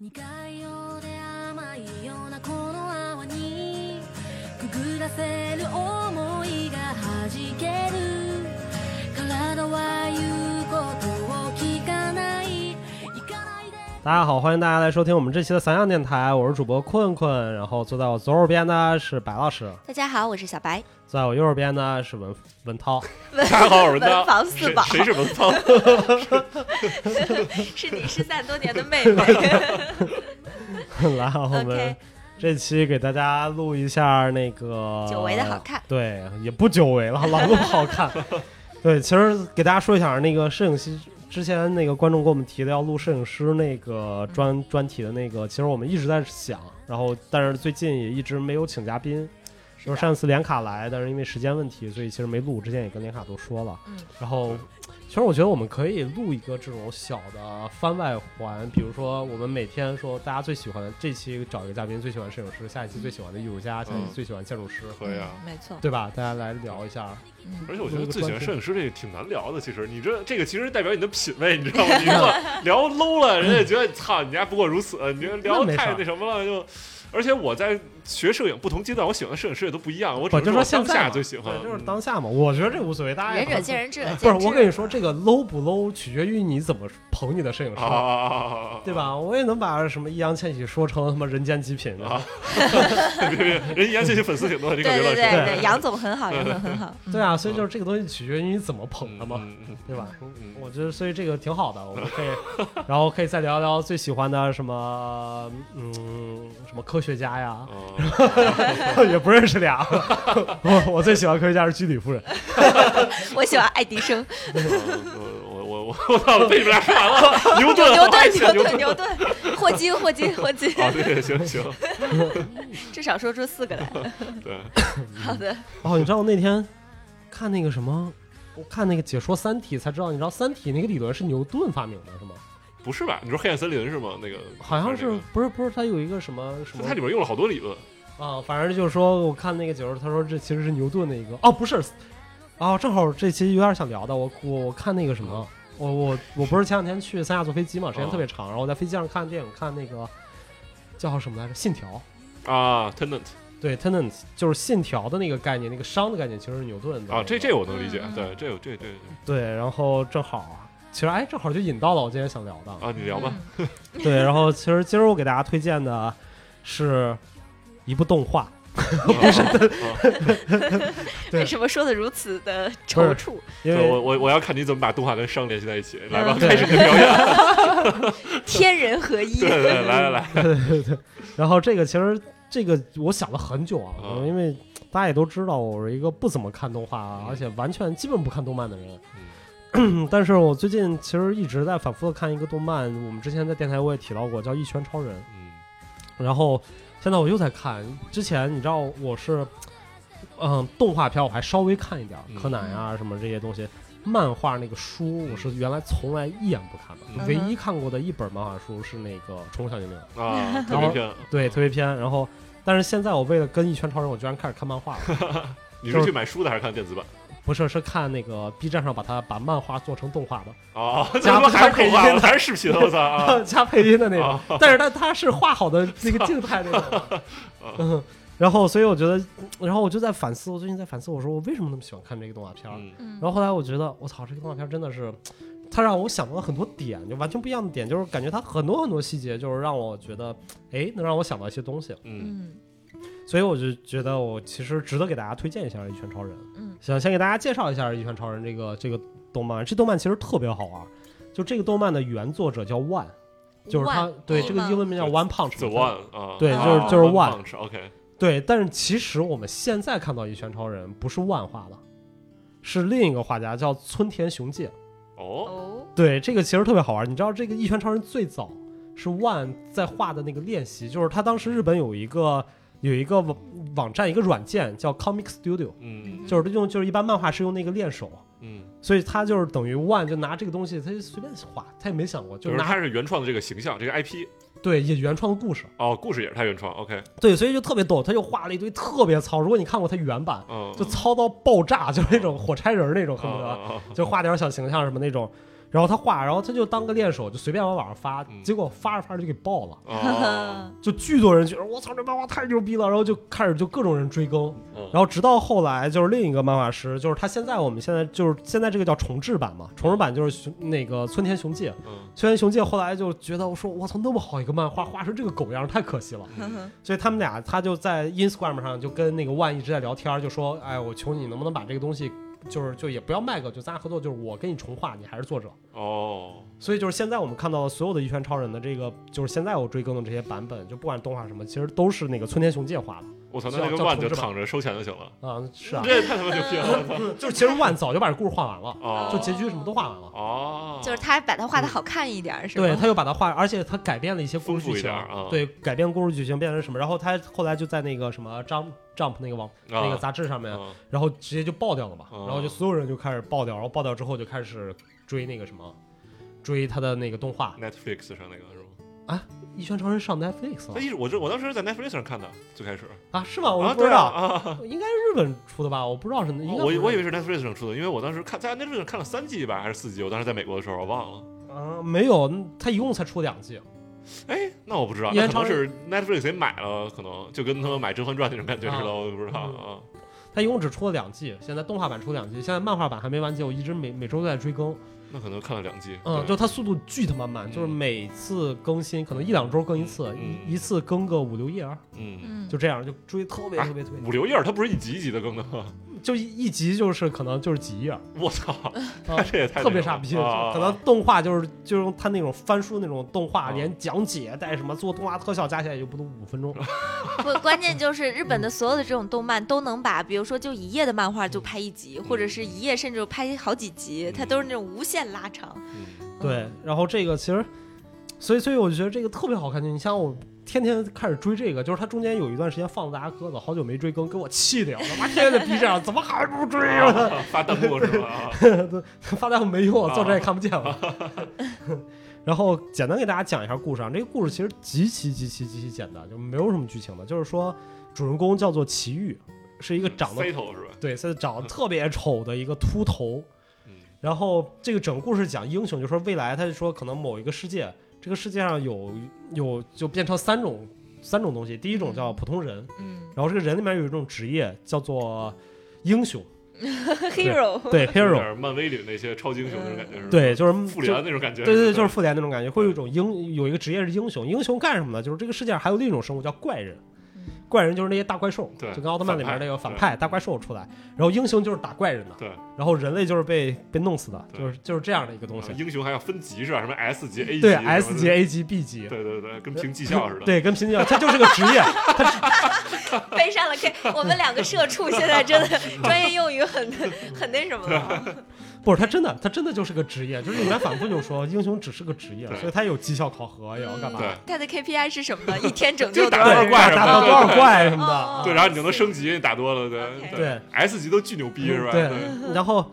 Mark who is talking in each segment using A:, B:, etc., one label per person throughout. A: 苦いようで甘いようなこの泡にくぐらせる思いがはじける体は言うことを聞かない行かないで
B: 大家好，欢迎大家来收听我们这期的散养电台，我是主播困困，然后坐在我左手边的是白老师，
C: 大家好，我是小白。
B: 在我右手边呢是文文 涛，
D: 大家好，我是大
C: 文房四宝
D: 谁谁是文涛？
C: 是你失散多年的妹妹。
B: 来，我们
C: OK，
B: 这期给大家录一下那个
C: 久违的好看，
B: 对，也不久违了，老那么好 看。对，其实给大家说一下，那个摄影师之前那个观众给我们提的要录摄影师那个专专题的那个，其实我们一直在想，然后但是最近也一直没有请嘉宾，
C: 是
B: 就是
C: 的，
B: 上次连卡来，但是因为时间问题，所以其实没录。之前也跟连卡都说了。
C: 嗯
B: 然后，其实我觉得我们可以录一个这种小的番外环，比如说我们每天说大家最喜欢的这期找一个嘉宾，最喜欢摄影师，下一期最喜欢的艺术家，下一期最喜欢建筑师，
C: 嗯
D: 可以啊，
C: 没错。
B: 对吧？大家来聊一下。
D: 而且我觉得最喜欢摄影师这个挺难聊的，其实你这这个其实代表你的品味，你知道吗？你这聊 low 了，人家觉得操你家不过如此，你这聊
B: 那没事
D: 太
B: 儿
D: 那什么了就。而且我在学摄影，不同阶段我喜欢的摄影师也都不一样，我只
B: 我
D: 是
B: 就
D: 说
B: 现
D: 当
B: 在
D: 下
B: 嘛
D: 最喜欢
B: 对，就是
D: 嗯
B: 当下嘛。我觉得这无所谓，大家也
C: 仁者见仁，智者见
B: 不
C: 智。
B: 是我跟你说，这个 low 不 low 取决于你怎么捧你的摄影师。
D: 啊啊啊啊啊啊，
B: 对吧？我也能把什么易烊千玺说成他妈人间极品的，
D: 啊别？别别，人家这些粉丝挺多，这
C: 对
D: 个刘老
C: 对对
D: 师，
B: 对
C: 对，杨总很好，杨总很好。
B: 对啊，所以就是这个东西取决于你怎么捧它嘛，
D: 嗯嗯
B: 对吧？
D: 嗯
B: 我觉得所以这个挺好的，我们 可以，然后可以再聊聊最喜欢的什么，嗯，什么科学家呀，
D: 嗯
B: 也不认识俩。我我最喜欢科学家是居里夫人，
C: 我喜欢爱迪生、
D: 我我我我操！被你们俩说完了，牛顿，
C: 牛顿、
D: 好
C: 牛
D: 牛
C: 顿、牛顿、霍金、霍金、霍金，
D: 啊，对，行行，
C: 至少说出四个来。
D: 对，
C: 好的，
B: 哦，你知道我那天看那个什么，我看那个解说《三体》才知道，你知道《三体》那个理论是牛顿发明的，是吗？
D: 不是吧？你说黑暗森林是吗？那个
B: 好像
D: 那
B: 是
D: 个，
B: 不是不是，它有一个什么什么
D: 它里面用了好多理论，
B: 啊，反正就是说，我看那个解说，他说这其实是牛顿的一个哦，不是，哦，正好这期有点想聊的，我我我看那个什么，我我我不是前两天去三亚坐飞机嘛，时
D: 哦
B: 间特别长，然后我在飞机上看电影，看那个叫什么来着，《信条》。
D: 啊，tenant
B: 对，tenant 就是信条的那个概念，那个商的概念其实是牛顿的
D: 啊，这这我能理解
C: 嗯，嗯
D: 对，这有这这
B: 对，然后正好啊，其实哎，正好就引到了我今天想聊的，
D: 啊，你聊吧，
C: 嗯
B: 对，然后其实今儿我给大家推荐的是一部动画，
D: 嗯 不是，啊
B: 对
C: 为什么说的如此的踌躇？
B: 因
D: 对
B: 为
D: 我我我要看你怎么把动画跟商联系在一起，来吧，
B: 对
D: 开始你的表演，
C: 天人合一
D: 对。对，对来来 来，
B: 然后这个其实这个我想了很久啊，
D: 嗯
B: 因为大家也都知道我是一个不怎么看动画啊，
D: 嗯
B: 而且完全基本不看动漫的人。嗯但是我最近其实一直在反复的看一个动漫，我们之前在电台我也提到过，叫《一拳超人》。
D: 嗯
B: 然后现在我又在看，之前你知道我是，嗯，动画片我还稍微看一点儿，
D: 嗯
B: 柯南啊什么这些东西。漫画那个书，我是原来从来一眼不看的，
D: 嗯
B: 唯一看过的一本漫画书是那个《宠物小精灵》。
D: 嗯啊，特别偏，
B: 对，特别偏。然后，但是现在我为了跟一圈超人，我居然开始看漫画了，
D: 你
B: 就是
D: 去买书的还是看电子版？
B: 不是，是看那个 B 站上把它把漫画做成动画的，
D: 啊， 这
B: 加
D: 他妈还
B: 加
D: 是
B: 配
D: 动画，
B: 音
D: 还是视频，我 操啊
B: 加配音的那种。
D: 啊！
B: 但是它它是画好的那个静态那种。嗯，然后所以我觉得，然后我就在反思，我最近在反思，我说我为什么那么喜欢看这个动画片儿？
D: 嗯
C: 嗯
B: 然后后来我觉得，我操，这个动画片儿真的是，它让我想到了很多点，就完全不一样的点，就是感觉它很多很多细节，就是让我觉得，哎，能让我想到一些东西。
D: 嗯
C: 嗯
B: 所以我就觉得我其实值得给大家推荐一下《一拳超人》。
C: 嗯，
B: 想先给大家介绍一下《一拳超人》这个这个动漫。这动漫其实特别好玩，就这个动漫的原作者叫 One，就是他
C: One，
B: 对
D: 嗯
B: 这个英文名叫 One Punch
D: ，The
B: Man。
D: One 啊，
B: 对
C: 就是
B: 就是 One
D: One，OK，
B: 对，但是其实我们现在看到《一拳超人》不是 One 画的，是另一个画家叫村田雄介。
D: 哦，
C: 哦，
B: 对，这个其实特别好玩。你知道这个《一拳超人》最早是 One 在画的那个练习，就是他当时日本有一个有一个网网站一个软件叫 Comic Studio。
D: 嗯
B: 就是用就是一般漫画是用那个练手，
D: 嗯，
B: 所以他就是等于 One 就拿这个东西，他就随便画，他也没想过，就
D: 就是是
B: 拿
D: 他是原创的这个形象，这个 IP
B: 对也原创的故事，
D: 哦，故事也是他原创，OK，
B: 对，所以就特别逗，他就画了一堆特别糙。如果你看过他原版，
D: 嗯，
B: 就糙到爆炸，就是那种火柴人儿那种，恨不得
D: 啊
B: 就画点小形象什么那种。然后他画，然后他就当个练手，就随便往网上发，
D: 嗯
B: 结果发着发着就给爆了，
D: 哦，
B: 就巨多人觉得我操这漫画太牛逼了，然后就开始就各种人追更，
D: 嗯
B: 然后直到后来就是另一个漫画师，就是他现在我们现在就是现在这个叫重制版嘛，重制版就是熊那个村田雄介，
D: 嗯
B: 村田雄介后来就觉得我说我操那么好一个漫画画成这个狗样太可惜了，
C: 嗯
B: 所以他们俩他就在 Instagram 上就跟那个万一直在聊天，就说哎我求你能不能把这个东西就是就也不要卖给我，就咱俩合作，就是我给你重画，你还是作者。
D: 哦，
B: 所以就是现在我们看到的所有的《一拳超人》的这个，就是现在我追更的这些版本，就不管动画什么，其实都是那个村田雄介画的
D: 我操，那
B: 叫
D: 那个
B: 叫
D: 万
B: 重置
D: 就
B: 版
D: 躺着收钱就行了，
B: 啊，是啊，
D: 这也太他妈牛逼了，我操
B: 就是其实万早就把这故事画完了，
D: 哦，
B: 就结局什么都画完了。
D: 哦，
C: 就是他把它画的好看一点儿，是吧？
B: 对，他又把它画，而且他改变了一些故事
D: 丰富
B: 剧
D: 一
B: 情，
D: 点啊
B: 对，改变故事剧情变成什么？然后他后来就在那个什么 Jump Jump 那个网、那个杂志上面，
D: 嗯
B: 然后直接就爆掉了嘛，
D: 哦
B: 然后就所有人就开始爆掉，然后爆掉之后就开始追那个什么，追他的那个动画《
D: 嗯 Netflix 上那个是吗？
B: 嗯一拳超人》上 Netflix
D: 他
B: 了
D: 一直我这我当时是在 Netflix 上看的，最开始
B: 啊？是吗？
D: 啊
B: 我不
D: 对
B: 知
D: 啊
B: 道，
D: 啊，
B: 应该是日本出的吧？我不知道是哪，应该
D: 我
B: 不是
D: 我以为是 Netflix 上出的，因为我当时看在 Netflix 上看了三季吧，还是四季？我当时在美国的时候我忘了。
B: 啊，没有，他一共才出两季
D: 哎，那我不知道，
B: 因为
D: 那可能
B: 超
D: 是 Netflix 谁买了，可能就跟他们买《甄嬛传》那种感觉似的，
B: 啊
D: 我不知道
B: 嗯
D: 啊。
B: 他一共只出了两季，现在动画版出两季，现在漫画版还没完结，我一直每每周都在追更。
D: 那可能看了两季，
B: 嗯，就
D: 对
B: 它速度巨他妈慢，就是每次更新可能一两周更一次，
D: 嗯
B: 一一次更个五六页儿，
D: 嗯，
C: 嗯，
B: 就这样就追特别
D: 啊
B: 特别特别，
D: 五六页儿，它不是一集一集的更的吗？
B: 就一一集就是可能就是 几页嗯儿，
D: 我操，他 这也太
B: 特别
D: 那什
B: 傻
D: 么
B: 逼，
D: 了啊
B: 可能动画就是就用他那种翻书那种动画，
D: 啊
B: 连讲解带什么做动画特效加起来也就不到五分钟。
C: 不，关键就是日本的所有的这种动漫都能把，比如说就一页的漫画就拍一集，或者是一页甚至拍好几集，它都是那种无限拉长。
D: 嗯
B: 对，然后这个其实，所以所以我就觉得这个特别好看。就你像我天天开始追这个，就是它中间有一段时间放大家鸽子，好久没追更，给我气的呀！我他妈天天在 B 站，怎么还不追啊？
D: 发弹幕是吧？啊
B: 发弹幕没用，
D: 啊
B: 作者也看不见了。 然后简单给大家讲一下故事啊，这个故事其实极其极其极其简单，就没有什么剧情的，就是说主人公叫做奇遇，是一个 长得
D: 塞头是吧？
B: 对，是长得特别丑的一个秃头，
D: 嗯
B: 然后这个整个故事讲英雄，就说未来，他就说可能某一个世界，这个世界上有有就变成三种三种东西，第一种叫普通人，
C: 嗯
B: 然后这个人里面有一种职业叫做英雄，
C: ，Hero，
B: 对
D: 有
B: hero，
D: 点漫威里那些超级英雄那种感觉是吧？，
B: 呃对，就是
D: 复
B: 就
D: 联那种感觉，
B: 对对对，就是
D: 是
B: 复联那种感觉，会有一种英有一个职业是英雄，英雄干什么呢？就是这个世界上还有另一种生物叫怪人，怪人就是那些大怪兽，
D: 嗯对
B: 就跟奥特曼里面那个
D: 反
B: 反
D: 派
B: 派大怪兽出来，然后英雄就是打怪人的，
D: 对，
B: 然后人类就是被被弄死的，
D: 对
B: 就是就是这样的一个东西
D: 啊。英雄还要分级是吧？什么 S 级、A 级
B: 对
D: 什么的
B: ，S 级、A 级、B 级，
D: 对对对，跟评绩效似的。
B: 对，跟平级，它就是个职业，
C: 背上了 K，我们两个社畜现在真的专业用语很很那什么了。
B: 不是它真的，它真的就是个职业，就是里面反复就说英雄只是个职业，
D: 对
B: 所以它有绩效考核，也要干嘛
D: 对，
C: 他的 KPI 是什么呢？一天拯
D: 就
C: 救
D: 是打
C: 多
D: 多
C: 少
D: 少
C: 人？
D: 怪什
B: 达
D: 么
B: 到
D: 的
B: 多少怪什么
C: 哦
B: 的，
D: 对，然后你就能升级，你打多了，对
C: OK
B: 对
D: ，S 级都巨牛逼是吧？对，
B: 对，然后。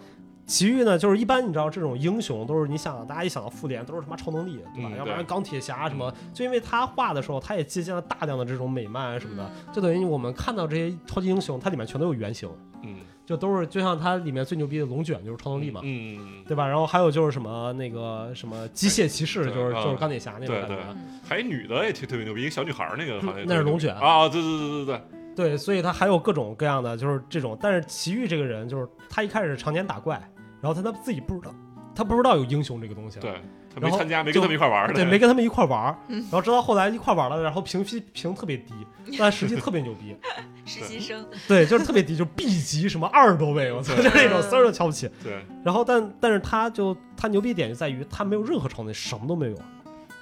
B: 奇遇呢，就是一般你知道这种英雄都是你想，大家一想到复联都是他妈超能力，对吧？
D: 嗯
B: 要不然
D: 对嗯
B: 钢铁侠什么，就因为他画的时候，他也借鉴了大量的这种美漫啊什么的，就等于我们看到这些超级英雄，它里面全都有原型，
D: 嗯，
B: 就都是就像它里面最牛逼的龙卷就是超能力嘛，
D: 嗯，
B: 对吧？然后还有就是什么那个什么机械骑士，
D: 对
B: 就是
D: 嗯
B: 就是钢铁侠那种
D: 对
B: 感
D: 对
B: 觉，啊嗯
D: 还有一女的也挺特别牛逼，一个小女孩儿那个好像
B: 那是龙卷
D: 啊，对对对对对，
B: 对，所以他还有各种各样的就是这种。但是奇遇这个人，就是他一开始常年打怪，然后他他自己不知道，他不知道有英雄这个东西，
D: 对他没
B: 然后
D: 参加，没
B: 就
D: 跟他们一块玩儿的，
B: 对，没跟他们一块玩儿，然后直到后来一块玩了，然后评分评特别低，但实际特别牛逼，
C: 实习生，
B: 对，就是特别低，就是 B 级什么二十多位，我操，就
D: 对
B: 这种丝儿都瞧不起。
D: 对，
B: 然后但但是他就他牛逼点就在于他没有任何超能力，什么都没有，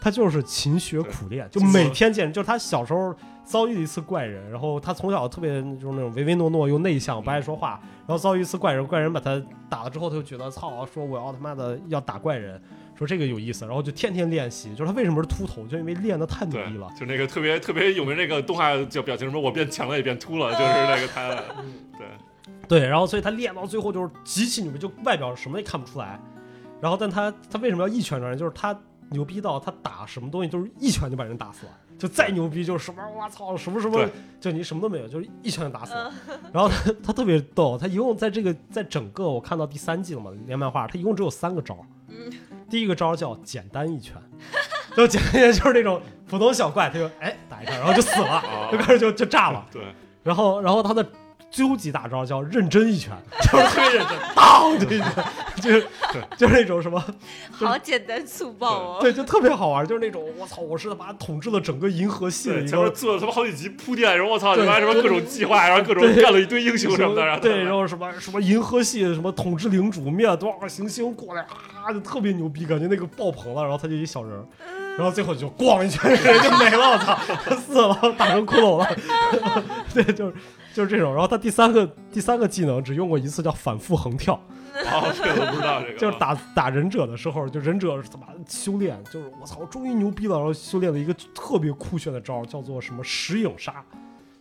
B: 他就是勤学苦练，就
D: 对
B: 每天见人。就是他小时候遭遇了一次怪人，然后他从小特别就是那种唯唯诺诺又内向，不爱说
D: 嗯
B: 话，然后遭遇一次怪人，怪人把他打了之后，他就觉得操，说我要他妈的要打怪人。说这个有意思，然后就天天练习。就是他为什么是秃头，就因为练的太努
D: 对
B: 力了，。
D: 就那个特别特别有名那个动画叫表情什么，我变强了也变秃了，就是那个他，
B: 嗯
D: 对，
B: 对，然后所以他练到最后就是极其牛逼，就外表什么也看不出来。然后，但他他为什么要一拳让人？就是他牛逼到他打什么东西，就是一拳就把人打死了。就再牛逼，就是什么我操什么什么
D: 对，
B: 就你什么都没有，就是一拳就打死了。然后他他特别逗，他一共在这个在整个我看到第三季了嘛，连漫画，他一共只有三个招儿。第一个招儿叫简单一拳，就简单一拳就是那种普通小怪，他就哎打一下，然后就死了，
D: 啊
B: 就，开始就就炸了。
D: 对，
B: 然后然后他的究极大招叫认真一拳，就是特别认 真，
D: 哦
B: 当就一拳，就是就是那种什么，
C: 好简单粗暴哦。
B: 对，就特别好玩，就是那种我操，我是他妈统治了整个银河系的
D: 对，
B: 一
D: 前面
B: 个。
D: 做了他妈好几集铺垫，然后我操，你
B: 对
D: 妈什么各种计划，然后各种干了一堆英雄什么的，然后
B: 对，然后什么什么银河系什么统治领主灭了多少个行星过来啊，就特别牛逼，感觉那个爆棚了，然后他就一小人儿，
D: 嗯
B: 然后最后就咣一拳 人就没了，我操，他死了，打成骷髅了， 对，就是就是这种。然后他第三个第三个技能只用过一次，叫反复横跳，
D: 啊，这个我不知道这个，啊
B: 就是打打忍者的时候，就忍者是怎么修炼，就是我操，终于牛逼了，然后修炼了一个特别酷炫的招儿，叫做什么石影杀，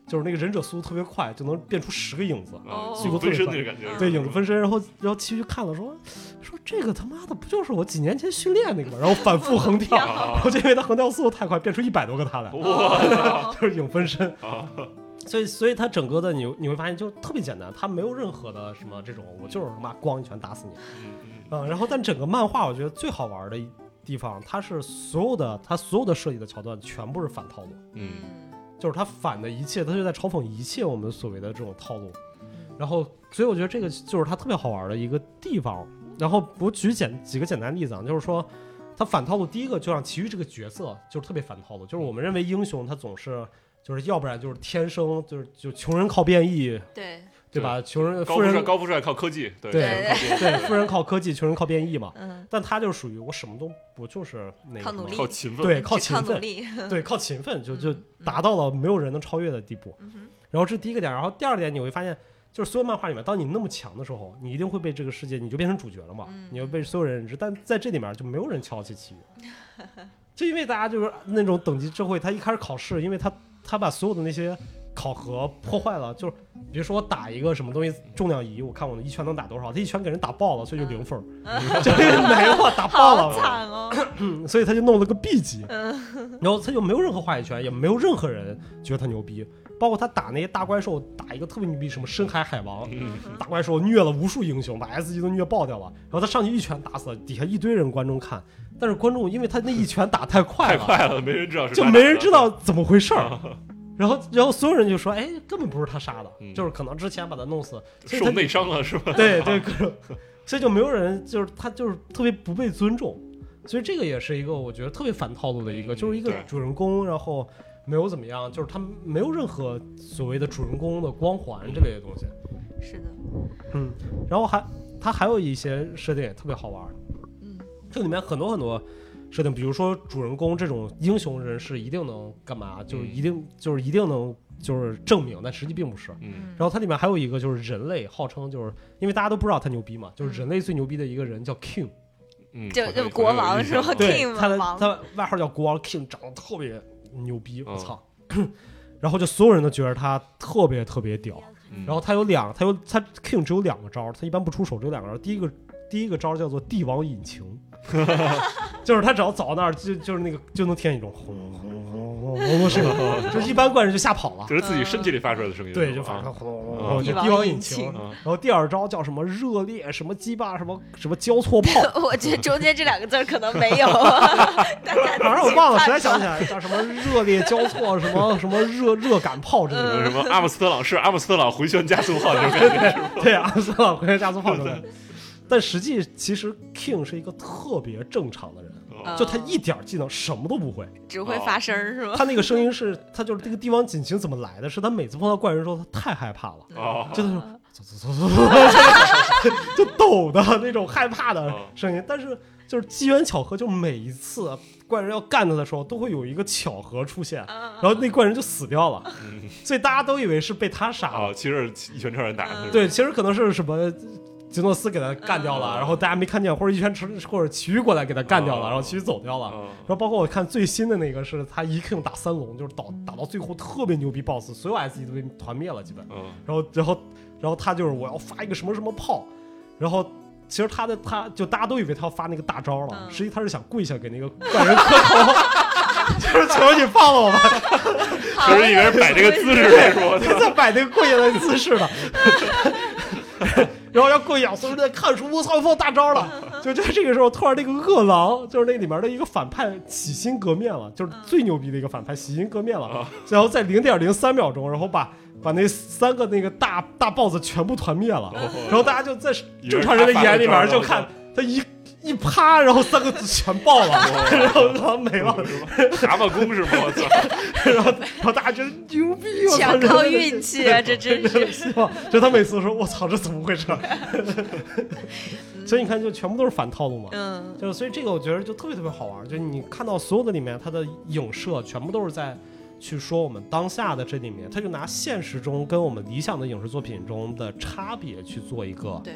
B: 就是那个忍者速度特别快，就能变出十个影子。
D: 啊，
C: 哦
D: 速度分身那个感觉，
B: 对影子分身，然后然后七去看了说说这个他妈的不就是我几年前训练那个吗？然后反复横跳，
D: 啊
B: 然 后就因为他横跳速度太快，变出一百多个他来，
C: 哦
B: 就是影分身。
D: 啊，
B: 所以所以他整个的你你会发现就特别简单，他没有任何的什么这种我就是他妈咣一拳打死你，
D: 嗯
B: 嗯，然后但整个漫画我觉得最好玩的一地方，它是所有的它所有的设计的桥段全部是反套路，
D: 嗯
B: 就是它反的一切，它就在嘲讽一切我们所谓的这种套路。然后，所以我觉得这个就是它特别好玩的一个地方。然后我举简几个简单例子啊，就是说它反套路，第一个就让奇遇这个角色就是特别反套路，就是我们认为英雄他总是就是要不然就是天生就是就穷人靠变异，
C: 对，
B: 对吧？穷人
D: 嗯，高
B: 富
D: 富帅
B: 人
D: 高富帅靠科技，对
B: 对
D: 靠科技
B: 对富人靠科技，穷人靠变异嘛。
C: 嗯，
B: 但他就属于我什么都不，就是那个
C: 靠
B: 什
C: 努
B: 么
C: 力
D: 靠勤奋，
B: 对，
C: 只
B: 靠勤
C: 努
B: 奋，
C: 力，
B: 对，靠勤奋就就
C: 嗯
B: 达到了没有人能超越的地步。
C: 嗯
B: 然后这是第一个点，然后第二点你会发现，就是所有漫画里面，当你那么强的时候，你一定会被这个世界，你就变成主角了嘛，
C: 嗯
B: 你会被所有人认知。但在这里面就没有人瞧得起奇遇， 就因为大家就是那种等级智慧，他一开始考试，因为他他把所有的那些。考核破坏了，就是比如说我打一个什么东西重量仪，我看我的一拳能打多少，他一拳给人打爆了，所以就零分儿， 就是没了，打爆了
C: 嗯 好。惨哦，
B: 所以他就弄了个 B 级，然后他就没有任何话语权，也没有任何人觉得他牛逼，包括他打那些大怪兽，打一个特别牛逼，什么深海海王，
D: 嗯，
B: 大怪兽虐了无数英雄，把 S 级都虐爆掉了，然后他上去一拳打死了，底下一堆人观众看，但是观众因为他那一拳打太快
D: 太
B: 了，
D: 快了，没人知道是
B: 就
D: 他
B: 没
D: 打
B: 人
D: 的
B: 知道怎么回事儿。然后，然后所有人就说：“哎，根本不是他杀的，
D: 嗯
B: 就是可能之前把他弄死，所以
D: 受
B: 他
D: 内伤了是 吧？
B: 对对，各种，所以就没有人就是他就是特别不被尊重，所以这个也是一个我觉得特别反套路的一个，
D: 嗯
B: 就是一个
D: 对
B: 主人公，然后没有怎么样，就是他没有任何所谓的主人公的光环这类的东西。
C: 是的，
B: 嗯，然后还他还有一些设定也特别好玩儿，
C: 嗯
B: 这里面很多很多设定，比如说主人公这种英雄人士一定能干嘛，就是一定就是一定能就是证明，但实际并不是。
D: 嗯，
B: 然后它里面还有一个就是人类号称就是因为大家都不知道他牛逼嘛，就是人类最牛逼的一个人叫 King，
D: 嗯，
C: 就
D: 好像
C: 就
D: 有
C: 国
D: 有
C: 王
D: 印
C: 是
D: 象
C: 吧
D: 了
B: 对
C: King
B: 他的
C: 王
B: 他的外号叫国王 King，长得特别牛逼，我
D: 嗯
B: 操！然后就所有人都觉得他特别特别屌。
D: 嗯
B: 然后他有两，他有他 King 只有两个招儿，他一般不出手，只有两个招儿。第一个第一个招儿叫做帝王引擎，就是他只要走到那儿，就就是那个就能听见一种轰隆轰隆轰隆轰隆声，就是一般怪人就吓跑了。
D: 就
C: 嗯
D: 是自己身体里发出来的声音，
B: 啊对，
D: 是
B: 就
D: 吧
B: 反正
D: 啊
B: 轰隆轰隆轰隆，就
C: 帝王
B: 帝王
C: 引
B: 引擎
C: 擎。
D: 啊
B: 然后第二招叫什么热烈什么鸡巴什么什么交错炮，
C: 我觉得中间这两个字儿可能没 有，大家
B: 反正我忘了，实在想不
C: 来。
B: 起来叫什么热烈交错什么什么热热感炮之类
D: 什
B: 的。
D: 么嗯什么阿姆斯特朗是阿姆斯特朗回旋加速炮，就是
B: 对啊，算了，回来加速炮之类的。但实际其实 King 是一个特别正常的人，
D: 哦
C: 嗯
B: 就他一点儿技能什么都不会。
C: 只会发声儿是吗？
B: 他那个声音是，他就是这个帝王警情怎么来的？是他每次碰到怪人的时候，他太害怕了。
D: 哦
B: 就那种走走走走走，就抖的那种害怕的声音。但是就是机缘巧合，就每一次怪人要干他的时候，都会有一个巧合出现，
C: 然
B: 然后那怪人就死掉了，
D: 嗯
B: 所以大家都以为是被他杀了。
D: 啊，其实是一拳超人
C: 嗯
D: 打的，
B: 对，其实可能是什么。杰诺斯给他干掉了，
D: 嗯
B: 然后大家没看见，或者一拳吃，或者奇遇过来给他干掉了，
D: 哦
B: 然后奇遇走掉了。
D: 啊，
B: 然后包括我看最新的那个是他一 king 打三龙，就是倒打到最后特别牛逼 boss，所有 S 级都被团灭了，基本。
C: 哦
D: 嗯
B: 然后然后然后他就是我要发一个什么什么炮，然后其实他的他就大家都以为他要发那个大招了，
C: 嗯
B: 实际他是想跪下给那个怪人磕头， 就是求你放了我吧，
D: 可是一个人摆这 个姿势来说，
B: 他在摆那个跪下的 姿势呢。然后要跪下，所有人在看说：“我操，放大招了！”就在这个时候，突然那个恶狼，就是那里面的一个反派洗心革面了，
C: 嗯
B: 就是最牛逼的一个反派洗心革面了
D: 啊，
B: 然后在零点零三秒钟，然后把把那三个那个大大 boss 全部团灭
C: 嗯
B: 了，然后大家就在正常人的眼里面就看他一一趴，然后三个字全爆了， 然后然后没了，
D: 蛤蟆功是吗？我 操！
B: 然后然后大家觉得牛逼，啊我操，
C: 全靠
B: 人类的
C: 运气啊，这真 是。
B: 希望，就他每次说我操，这怎么回事？ 所以你看，就全部都是反套路嘛。
C: 嗯，
B: 就是所以这个我觉得就特别特别好玩，就你看到所有的里面，它的影射全部都是在去说我们当下的这里面，他就拿现实中跟我们理想的影视作品中的差别去做一个
C: 对，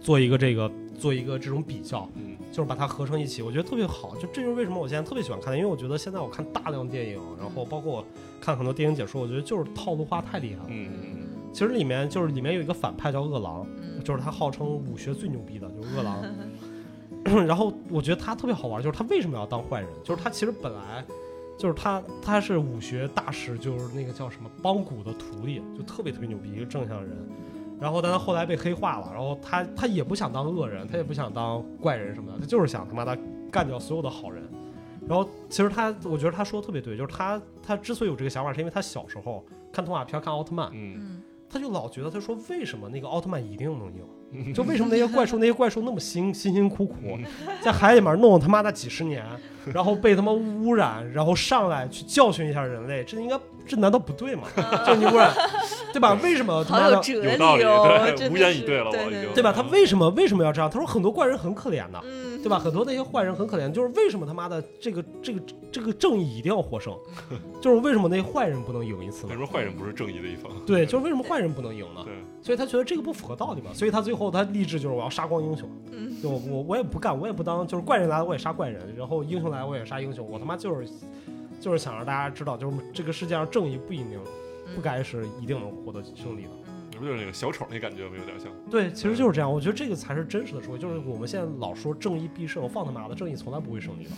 B: 做一个这个做一个这种比较，
D: 嗯
B: 就是把它合成一起，我觉得特别好。就这就是为什么我现在特别喜欢看，因为我觉得现在我看大量电影，然后包括我看很多电影解说，我觉得就是套路化太厉害了。
D: 嗯
B: 其实里面就是里面有一个反派叫饿狼，
C: 嗯
B: 就是他号称武学最牛逼的，就是饿狼。然后我觉得他特别好玩，就是他为什么要当坏人？就是他其实本来就是他他是武学大师，就是那个叫什么邦古的徒弟，就特别特别牛逼，一个正向人。然后但他后来被黑化了，然后他他也不想当恶人，他也不想当怪人什么的，他就是想他妈的干掉所有的好人。然后其实他，我觉得他说的特别对，就是他他之所以有这个想法，是因为他小时候看动画片看奥特曼，
D: 嗯
C: 嗯
B: 他就老觉得他说为什么那个奥特曼一定能赢？就为什么那些 怪兽那些怪兽那么辛辛辛苦苦
D: 嗯
B: 在海里面弄了他妈的几十年，然后被他妈污染，然后上来去教训一下人类，这应该这难道不对 吗？就你污染，对吧？为什么他
C: 好
B: 妈
C: 有
B: 的
C: 哲
D: 有
C: 理
D: 道理
C: 哦
D: 对，
C: 真的
D: 无言
C: 是
D: 以对了我
C: 对
D: 已经
B: 对吧？他为什么为什么要这样？他说很多怪人很可怜的，
C: 嗯
B: 对吧？很多那些坏人很可怜，就是为什么他妈的这个这个这个正义一定要获胜？就是为什么那些坏人不能赢一次
D: 他
B: 呢？
D: 说坏人不是正义的一方。
B: 对，就是为什么坏人不能赢呢？
D: 对，
B: 所以他觉得这个不符合道理嘛，所以他最后他立志就是我要杀光英雄，
C: 嗯
B: 就我我我也不干，我也不当，就是怪人来了我也杀怪人，然后英雄来了我也杀英雄，我他妈就是就是想让大家知道，就是这个世界上正义不一定不该是一定能获得胜利的。
D: 你不就是那个小丑那感觉吗？有点像。
B: 对，其实就是这样，我觉得这个才是真实的社会，就是我们现在老说正义必胜，放他妈的，正义从来不会胜利的，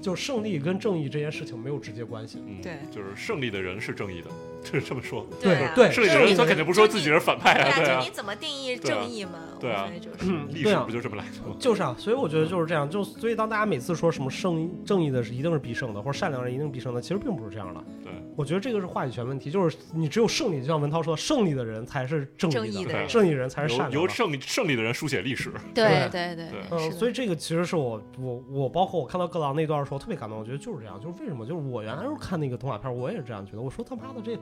B: 就是胜利跟正义这件事情没有直接关系。
D: 嗯，
C: 对
D: 就是胜利的人是正义的，就是这么说。
C: 对啊
B: 对，
D: 胜利的
B: 正
D: 人
B: 义
D: 他
B: 的
D: 肯定不说自己是反派
C: 对
D: 啊，对
C: 啊，
D: 啊
C: 就你，怎么定义
D: 对啊
C: 正义嘛？
D: 对啊
C: 无非就是
D: 历
B: 对
D: 史
B: 啊
D: 不就这么来的吗？
B: 就是啊，所以我觉得就是这样，就所以当大家每次说什么正正义的是一定是必胜的，或者善良人一定必胜的，其实并不是这样的。
D: 对，
B: 我觉得这个是话语权问题，就是你只有胜利，就像文涛说，胜利的人才是正义的，
C: 正义的
D: 对
C: 人，
B: 正义人才是善良
D: 由由
B: 的。
D: 胜胜利的人书写历史。
C: 对
B: 对
C: 对对
D: 对啊
B: 嗯、
C: 是的
B: 所以这个其实是我我我包括我看到各狼那段的时候特别感动，我觉得就是这样，就是为什么就是我原来时候看那个动画片，我也是这样觉得，我说他妈的这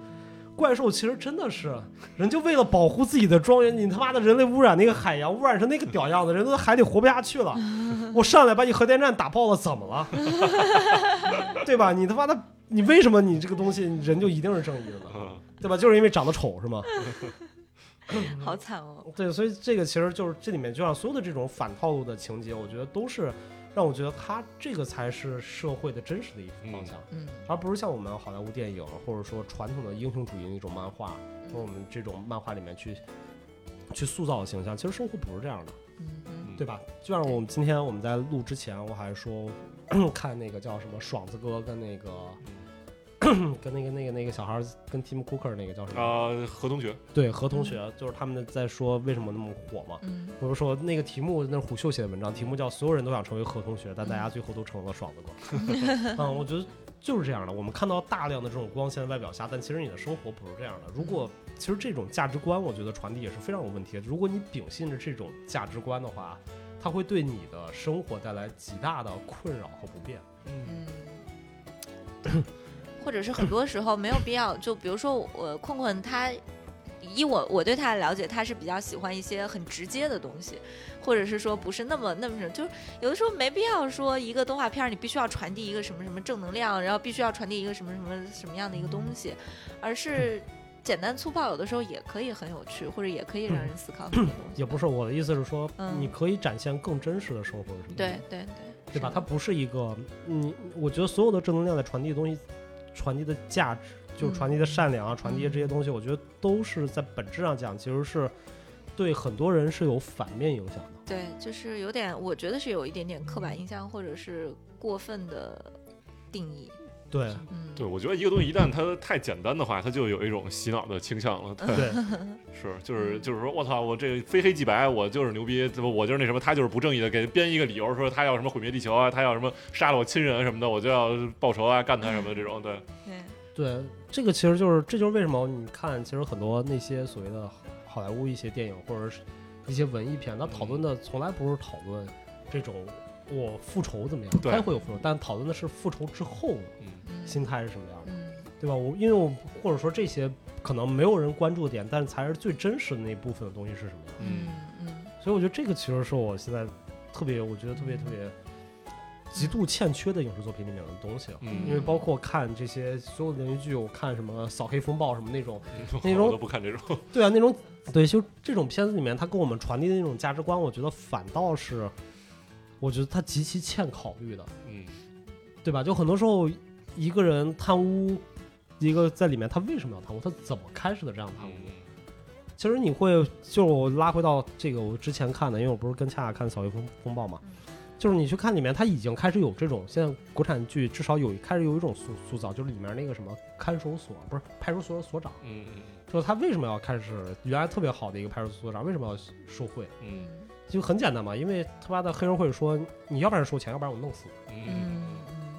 B: 怪兽其实真的是人就为了保护自己的庄园，你他妈的人类污染那个海洋，污染成那个屌样子，人都在海里活不下去 了，我上来把你核电站打爆了，怎么了？ 对吧？你他妈的你为什么你这个东西人就一定是正义的呢？
D: 嗯，
B: 对吧？就是因为长得丑是吗？
C: 好惨哦。
B: 对，所以这个其实就是这里面就像所有的这种反套路的情节，我觉得都是让我觉得它这个才是社会的真实的一个方向，
C: 嗯
B: 而不是像我们好莱坞电影或者说传统的英雄主义那种漫画，或者我们这种漫画里面去去塑造的形象。其实生活不是这样的，
C: 嗯嗯
B: 对吧？就像我们今天我们在录之前，我还说 看那个叫什么爽子哥跟那个 跟那个那个那个小孩儿跟 Tim Cooker 那个叫什么？
D: 啊，何同学，
B: 对，何同学，就是他们在说为什么那么火嘛。
C: 嗯
B: 我就说那个题目，那是虎嗅写的文章，题目叫“所有人都想成为何同学，但大家最后都成了爽子哥” 。嗯，我觉得就是这样的。我们看到大量的这种光鲜外表下，但其实你的生活不是这样的。如果其实这种价值观，我觉得传递也是非常有问题的。如果你秉信着这种价值观的话，它会对你的生活带来极大的困扰和不便。
C: 嗯，或者是很多时候没有必要，就比如说我呃困困他。以我我对他的了解，他是比较喜欢一些很直接的东西，或者是说不是那么那么什么，就是有的时候没必要说一个动画片儿你必须要传递一个什么什么正能量，然后必须要传递一个什么什么什么样的一个东西，而是简单粗暴，有的时候也可以很有趣，或者也可以让人思考很多东西。
B: 也不是我的意思是说，
C: 嗯
B: 你可以展现更真实的生活是什么样的
C: 对对对，
B: 对吧？
C: 是
B: 它
C: 的
B: 不是一个，嗯，我觉得所有的正能量在传递的东西，传递的价值，就是传递的善良啊，传递的这些东西，我觉得都是在本质上讲，其实是对很多人是有反面影响的。
C: 对，就是有点，我觉得是有一点点刻板印象，或者是过分的定义。
B: 对，
C: 嗯，
D: 对，我觉得一个东西一旦它太简单的话，它就有一种洗脑的倾向了。对，
B: 嗯对，
D: 是，就是就是说，我操，我这非黑即白，我就是牛逼，怎么我就是那什么，他就是不正义的，给编一个理由说他要什么毁灭地球啊，他要什么杀了我亲人啊什么的，我就要报仇啊，干他什么的这种。对，
C: 对，
B: 对，这个其实就是，这就是为什么你看，其实很多那些所谓的好莱坞一些电影或者是一些文艺片，它讨论的从来不是讨论这种我复仇怎么样，
D: 对
B: 它也会有复仇，但讨论的是复仇之后
D: 嗯，
C: 嗯
B: 心态是什么样的，
C: 嗯
B: 对吧？我因为我或者说这些可能没有人关注的点，但才是最真实的那部分的东西是什么样的。
C: 嗯嗯
B: 所以我觉得这个其实是我现在特别，我觉得特别特别极度欠缺的影视作品里面的东西了。
D: 嗯
B: 因为包括看这些所有的连续剧，我看什么《扫黑风暴》什么那种，那种
D: 嗯 我都不看这种。
B: 对啊，那种对，就这种片子里面，它给我们传递的那种价值观，我觉得反倒是，我觉得它极其欠考虑的，
D: 嗯
B: 对吧？就很多时候，一个人贪污，一个在里面他为什么要贪污，他怎么开始的这样贪污？
D: 嗯
B: 其实你会，就是我拉回到这个我之前看的，因为我不是跟恰恰看《扫黑风风暴》嘛，就是你去看里面，它已经开始有这种，现在国产剧至少有开始有一种塑塑造，就是里面那个什么看守所不是派出所的所长，
D: 嗯嗯
B: 就是他为什么要开始原来特别好的一个派出所所长为什么要受贿，
D: 嗯
B: 就很简单嘛，因为他妈的黑社会说你要不然收钱，要不然我弄死你。
D: 嗯
C: 嗯嗯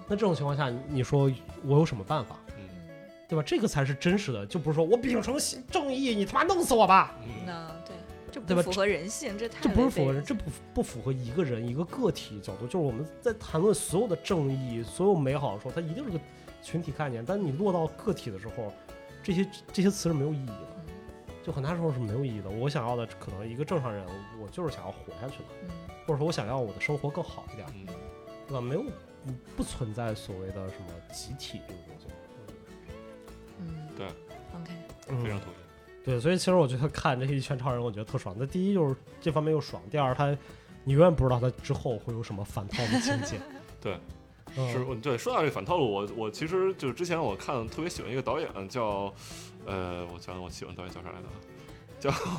B: 那这种情况下，你你说我有什么办法，
D: 嗯
B: 对吧？这个才是真实的，就不是说我秉承新正义，你他妈弄死我吧。
C: 嗯，那对，这
B: 对吧
C: 不符合人性，这太
B: 这不
C: 违
B: 是符
C: 背
B: 合人，这不不符合一个人一个个体角度，就是我们在谈论所有的正义、所有美好的时候，它一定是个群体概念。但你落到个体的时候，这些这些词是没有意义的，就很大时候是没有意义的。我想要的可能一个正常人，我就是想要活下去的，
C: 嗯
B: 或者说我想要我的生活更好一点，
D: 嗯
B: 对吧？没有不不存在所谓的什么集体这个东西。
C: 嗯，
D: 对
C: ，OK，
B: 嗯
D: 非常同意。。
B: 对，所以其实我觉得看这一圈超人，我觉得特爽。那第一就是这方面又爽，第二他你永远不知道他之后会有什么反套的情节
D: 对
B: 嗯，
D: 是，我对，说到这反套路，我我其实就是之前我看特别喜欢一个导演叫，呃，我想想我喜欢导演叫啥来着啊？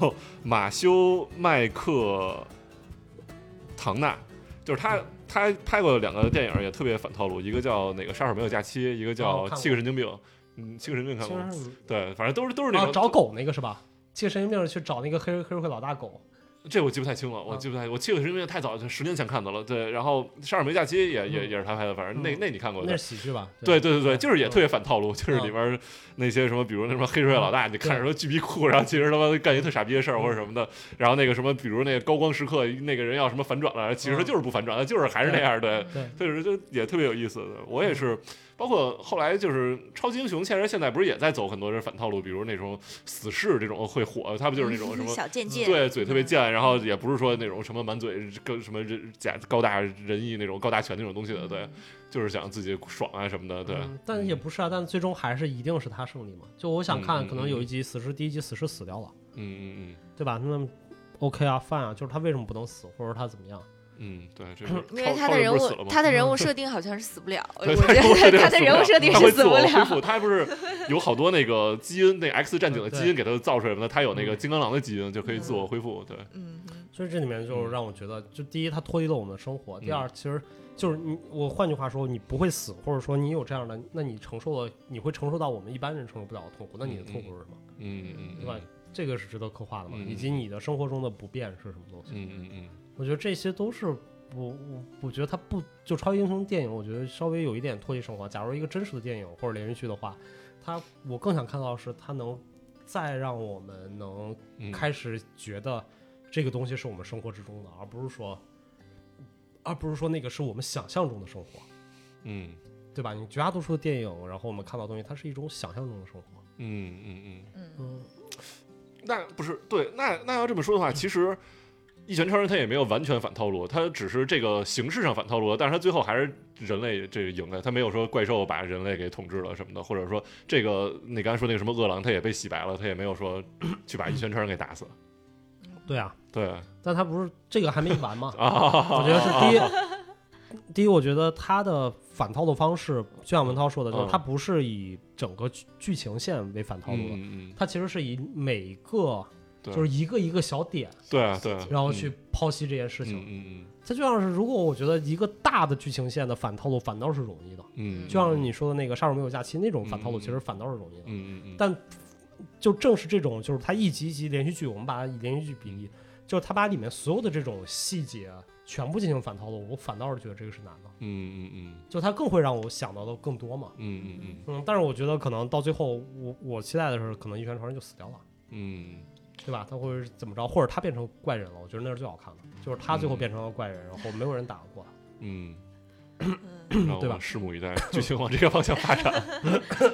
D: 叫 马修麦克唐纳，就是他。
B: 嗯
D: 他拍过两个电影，也特别反套路，一个叫那个《杀手没有假期》，一个
B: 哦
D: 叫
B: 我
D: 《
B: 看
D: 七个神经病》。嗯，《七个神经病》
B: 其
D: 看过吗？
B: 实
D: 对，反正都是都是
B: 是
D: 那
B: 啊，
D: 个
B: 找狗那个是吧？借神经病去找那个黑黑社会老大狗。
D: 这我记不太清了，我
B: 啊
D: 记不太，我记得是因为太早，就十年前看的了。对，然后《杀手没假期》也也
B: 嗯
D: 也是他拍的，反正那
B: 嗯
D: 那你看过
B: 那
D: 对
B: 是喜剧吧？
D: 对对对对，就是也
B: 嗯
D: 特别反套路，就是
B: 嗯
D: 里边那些什么，比如那什么黑社会老大，你看着说巨逼酷，然后其实他妈干一特傻逼的事儿或者什
B: 嗯
D: 么的，然后那个什么，比如那个高光时刻，那个人要什么反转了，其实他
B: 嗯
D: 就是不反转，他就是还是那样，对，
B: 对，嗯
D: 所以说就也特别有意思。我也是，包括后来就是超级英雄，其实现在不是也在走很多人反套路，比如那种死侍这种会火，他不就是那种
B: 嗯
D: 什
C: 嗯
D: 么嗯
C: 小贱贱，
D: 对，嘴特别贱，然后也不是说那种什么满嘴跟什么人假高大仁义那种高大全那种东西的，
C: 嗯
D: 对，就是想自己爽啊什么的，对，
B: 嗯但也不是啊，但最终还是一定是他胜利嘛。就我想
D: 嗯嗯
B: 看，可能有一集死尸，第一集死尸死掉了，
D: 嗯嗯
B: 对吧？那么 OK 啊，fine 啊，就是他为什么不能死，或者说他怎么样？
D: 嗯嗯，对，这个
C: 因为他
D: 超超
C: 的
D: 人
C: 人
D: 不是死了
C: 物，
D: 吗
C: 他的 人物设定好像是死不了，我
D: 对，
C: 觉得他的人物设定
D: 他
C: 是
D: 会
C: 死
D: 自
C: 不
D: 我恢
C: 了。
D: 复，他不是有好多那个基因，那 X 战警的基因
B: 嗯对嗯
D: 给他造出来的，他有那个金刚狼的基因，就可以自我恢复，对，
C: 嗯嗯
B: 所以这里面就是让我觉得，就第一，它脱离了我们的生活；
D: 嗯
B: 第二，其实就是你，我换句话说，你不会死，或者说你有这样的，那你承受了，你会承受到我们一般人承受不了的痛苦。那你的痛苦是什么？
D: 嗯嗯
B: 对吧
D: 嗯？
B: 这个是值得刻画的嘛？
D: 嗯
B: 以及你的生活中的不便是什么东西？
D: 嗯嗯
B: 我觉得这些都是我我我觉得它不就超级英雄电影，我觉得稍微有一点脱离生活。假如一个真实的电影或者连续剧的话，它我更想看到的是它能再让我们能
D: 嗯，
B: 开始觉得这个东西是我们生活之中的，而不是说，而不是说那个是我们想象中的生活，
D: 嗯
B: 对吧？你绝大多数的电影，然后我们看到的东西，它是一种想象中的生活。
D: 嗯嗯嗯。
C: 嗯
B: 嗯，
D: 那不是对，那那要这么说的话，其实《一拳超人》他也没有完全反套路，他只是这个形式上反套路了，但是他最后还是人类这个赢了，他没有说怪兽把人类给统治了什么的，或者说这个你刚才说那个什么饿狼，他也被洗白了，他也没有说 去把一拳超人给打死。
B: 对啊，
D: 对？
B: 但它不是这个还没完嘛
D: 啊，
B: 我觉得是
D: 哦
B: 第一， 第一，我觉得它的反套路方式，就像文涛说的，就
D: 嗯
B: 是它不是以整个剧剧情线为反套路的，
D: 嗯嗯
B: 它其实是以每个
D: 对
B: 就是一个一个小点，
D: 对啊对，
B: 然后去剖析这些事
D: 嗯
B: 情。
D: 嗯
B: 它就像是，如果我觉得一个大的剧情线的反套路反倒是容易的，
D: 嗯嗯，
B: 就像你说的那个《杀手没有假期》那种反套路，
D: 嗯
B: 其实反倒是容易的。
D: 嗯嗯嗯，
B: 但就正是这种，就是它一集一集连续剧，我们把它以连续剧比例，就是它把里面所有的这种细节啊全部进行反套路，我反倒是觉得这个是难的，
D: 嗯嗯嗯
B: 就它更会让我想到的更多嘛。
D: 嗯嗯
B: 嗯，但是我觉得可能到最后，我我期待的是，可能一拳超人就死掉了，
D: 嗯
B: 对吧？他会是怎么着，或者他变成怪人了，我觉得那是最好看的，就是他最后
D: 嗯
B: 变成了怪人，然后没有人打得过他。
D: 嗯
C: 嗯，
D: 嗯，让我
B: 对吧
D: 们拭目以待，剧情往这个方向 发展。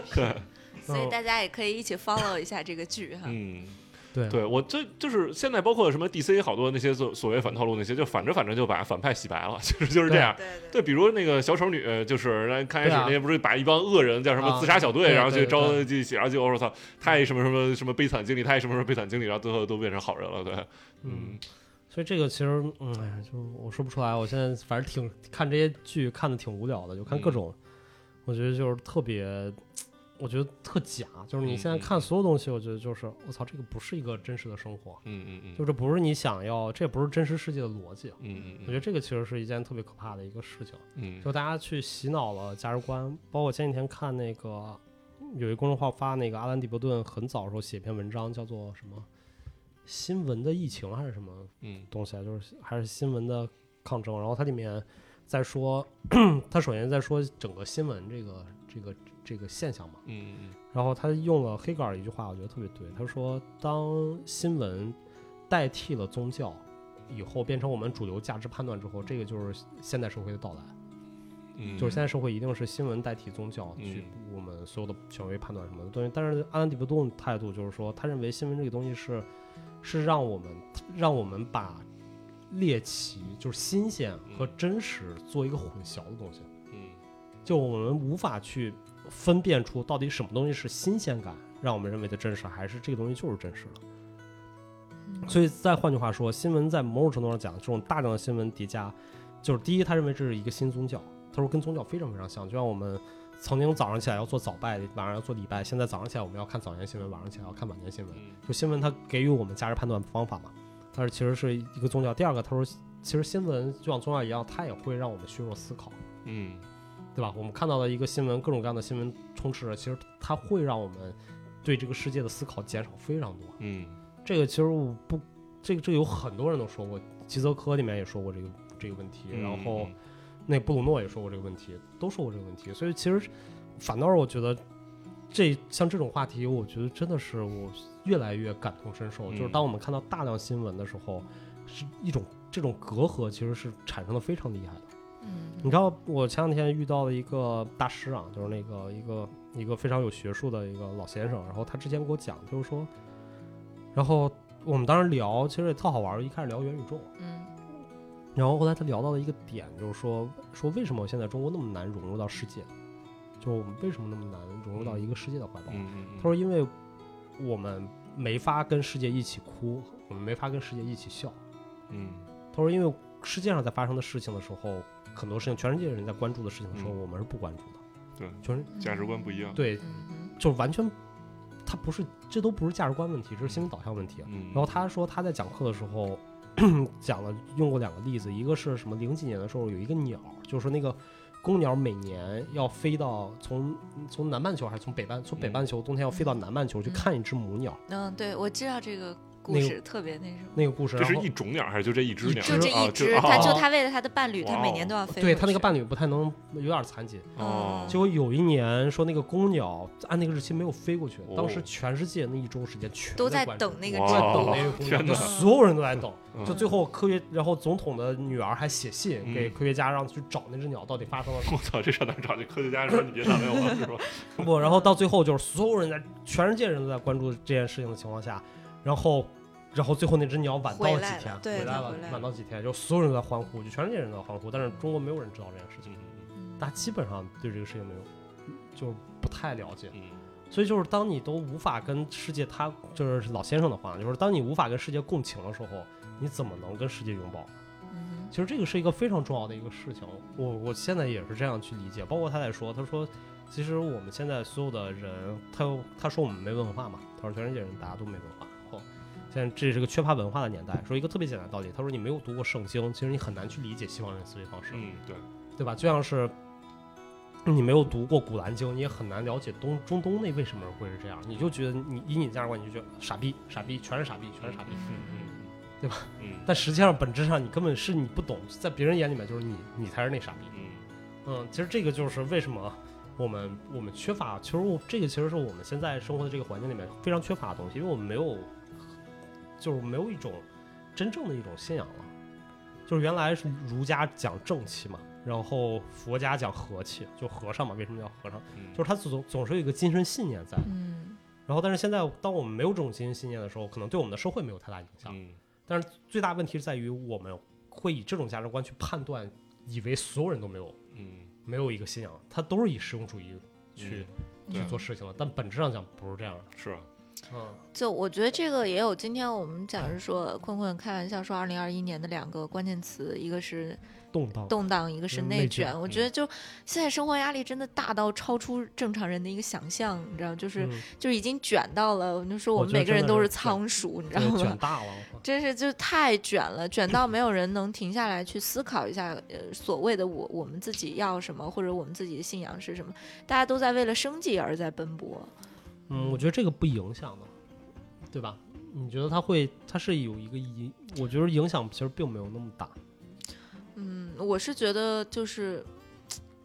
C: 所
B: 嗯
C: 以大家也可以一起 follow 一下这个剧 哈。
D: 嗯，
B: 对
D: 对我这就是现在包括什么 DC 好多那些所所谓反套路那些，就反着反着就把反派洗白了，就是就是这样。
C: 对
D: 对，比如那个小丑女，呃就是呃刚开始
B: 对啊
D: 那些不是把一帮恶人叫什么
B: 啊
D: 自杀小队，
B: 对
D: 然后去
B: 对
D: 招
B: 对
D: 去，然后就我操，太什么什么什么悲惨经历，太什么什么悲惨经历，然后最后都变成好人了，对，
B: 嗯，所以这个其实，嗯，哎呀，就我说不出来，我现在反正挺看这些剧看的挺无聊的，就
D: 嗯
B: 看各种，我觉得就是特别，我觉得特假，就是你现在
D: 嗯嗯
B: 看所有东西，我觉得就是我操，这个不是一个真实的生活，
D: 嗯嗯嗯
B: 就这不是你想要，这也不是真实世界的逻辑。
D: 嗯嗯
B: 我觉得
D: 嗯
B: 这个其实是一件特别可怕的一个事情，
D: 嗯
B: 就大家去洗脑了价值观，包括前几天看那个有一公众号发那个阿兰·迪伯顿很早的时候写一篇文章，叫做什么“新闻的疫情”还是什么
D: 嗯
B: 东西啊，就是还是新闻的抗争。然后它里面在说， 它首先在说整个新闻这个这个这个现象嘛。
D: 嗯嗯
B: 然后他用了黑格尔一句话，我觉得特别对。他说，当新闻代替了宗教以后，变成我们主流价值判断之后，这个就是现代社会的到来。
D: 嗯，
B: 就是现在社会一定是新闻代替宗教
D: 嗯
B: 去我们所有的权威判断什么的东西。但是阿兰·迪伯顿态度就是说，他认为新闻这个东西是是让我们让我们把猎奇就是新鲜和
D: 嗯
B: 真实做一个混淆的东西，
D: 嗯
B: 就我们无法去分辨出到底什么东西是新鲜感让我们认为的真实，还是这个东西就是真实的。
C: 嗯
B: 所以再换句话说，新闻在某种程度上讲，这种大量的新闻叠加，就是第一，他认为这是一个新宗教，他说跟宗教非常非常像，就像我们曾经早上起来要做早拜，晚上要做礼拜，现在早上起来我们要看早间新闻，晚上起来要看晚间新闻。
D: 嗯
B: 就新闻它给予我们价值判断方法嘛，它是其实是一个宗教。第二个，他说其实新闻就像宗教一样，它也会让我们削弱思考，
D: 嗯
B: 对吧？我们看到的一个新闻，各种各样的新闻充斥着，其实它会让我们对这个世界的思考减少非常多。
D: 嗯
B: 这个其实我不，这个这个有很多人都说过，齐泽科里面也说过这个这个问题，
D: 嗯，
B: 然后那布鲁诺也说过这个问题，都说过这个问题，所以其实反倒是我觉得这像这种话题，我觉得真的是我越来越感同身受，
D: 嗯
B: 就是当我们看到大量新闻的时候，是一种这种隔阂其实是产生的非常厉害的。
C: 嗯
B: 你知道我前两天遇到了一个大师啊，就是那个一个一个非常有学术的一个老先生，然后他之前给我讲，就是说，然后我们当时聊，其实也特好玩儿，一开始聊元宇宙，
C: 嗯
B: 然后后来他聊到了一个点，就是说说为什么现在中国那么难融入到世界，就我们为什么那么难融入到一个世界的怀抱？
D: 嗯嗯，
B: 他说，因为我们没法跟世界一起哭，我们没法跟世界一起笑。
D: 嗯
B: 他说，因为世界上在发生的事情的时候，很多事情，全世界人在关注的事情的时候，
D: 嗯
B: 我们是不关注的。
D: 对
B: 全是
D: 价值观不一样，
B: 对，
C: 嗯
B: 就是完全，他不是，这都不是价值观问题，这是心理导向问题。啊
D: 嗯，
B: 然后他说他在讲课的时候讲了用过两个例子，一个是什么零几年的时候有一个鸟，就是说那个公鸟每年要飞到从从南半球还是从北半
D: 嗯
B: 从北半球冬天要飞到南半球去看一只母鸟，
C: 嗯，对，我知道这个故
B: 那个
C: 事特别那什么。
B: 那个故事，
D: 这
B: 然
D: 是
B: 后
D: 一种鸟还是就这一只
B: 一
D: 鸟？
B: 只
C: 就这
D: 啊
C: 一只，
D: 啊
C: 他
D: 啊
C: 就
B: 哦
C: 他为了他的伴侣，他每年都要飞回去。嗯
B: 对他那个伴侣不太能有点残疾，
D: 哦，
B: 结果有一年说那个公鸟按那个日期没有飞过去，
D: 哦
B: 当时全世界那哦一周时间全
C: 都在
B: 在关注
C: 等那个
D: 哇
B: 都在等那个 公
D: 天
B: 鸟，
D: 哪
B: 所有人都在等。
D: 嗯
B: 就最后科学，然后总统的女儿还写信给
D: 嗯
B: 科学家，让去找那只鸟到底发生了什么。
D: 我操，这上哪儿找去？科学家说你别难为我，是吧？
B: 不，然后到最后就是所有人在全世界人都在关注这件事情的情况下，然后，然后最后那只鸟晚到
C: 回
B: 了
C: 来
B: 几天
C: 了，对
B: 回来
C: 它
B: 了
C: 回来，
B: 晚
C: 了
B: 到几天，就所有人都在欢呼，就全世界人都在欢呼，但是中国没有人知道这件事情，
D: 嗯
B: 大家基本上对这个事情没有，就是不太了解。
D: 嗯
B: 所以就是当你都无法跟世界他，就是老先生的话，就是当你无法跟世界共情的时候，你怎么能跟世界拥抱？
C: 嗯
B: 其实这个是一个非常重要的一个事情，我我现在也是这样去理解。包括他在说，他说，其实我们现在所有的人，他又他说我们没文化嘛，他说全世界人大家都没文化。然后哦现在这是个缺乏文化的年代，说一个特别简单的道理，他说你没有读过圣经，其实你很难去理解西方人的思维方式，
D: 嗯，对，
B: 对吧？就像是你没有读过《古兰经》，你也很难了解东中东那为什么会是这样，你就觉得你以你价值观，你就觉得傻逼，傻逼，全是傻逼，全是傻逼。
D: 嗯嗯，
B: 对吧？
D: 嗯
B: 但实际上，本质上你根本是你不懂，在别人眼里面就是你，你才是那傻逼。
D: 嗯
B: 嗯，其实这个就是为什么我们我们缺乏，其实我这个其实是我们现在生活的这个环境里面非常缺乏的东西，因为我们没有，就是没有一种真正的一种信仰了。就是原来是儒家讲正气嘛，然后佛家讲和气，就和尚嘛，为什么叫和尚？
D: 嗯，
B: 就是他总总是有一个精神信念在。
C: 嗯，
B: 然后，但是现在当我们没有这种精神信念的时候，可能对我们的社会没有太大影响。
D: 嗯
B: 最大问题是在于我们会以这种价值观去判断，以为所有人都没有
D: 嗯
B: 没有一个信仰，他都是以实用主义去、
D: 对
B: 去
C: 嗯
B: 做事情了。但本质上讲不是这样的。
D: 是啊，
B: 嗯，
C: 就我觉得这个也有，今天我们讲是说，困困开玩笑说，二零二一年的两个关键词，一个是
B: 动荡。
C: 动荡，一个是
B: 嗯内
C: 内
B: 卷
C: 卷。我觉得就现在生活压力真的大到超出正常人的一个想象，你知道，就是、
B: 嗯
C: 就是已经卷到了，我们就说我
B: 我
C: 们
B: 觉得
C: 每个人
B: 真的
C: 都
B: 是
C: 是
B: 卷
C: 仓鼠，你知道
B: 对
C: 吗
B: 卷？大了，
C: 真是就太卷了，卷到没有人能停下来去思考一下，呃，所谓的我我们自己要什么，或者我们自己的信仰是什么，大家都在为了生计而在奔波。
B: 嗯，我觉得这个不影响的，对吧？你觉得他会，他是有一个影，我觉得影响其实并没有那么大。
C: 嗯，我是觉得就是，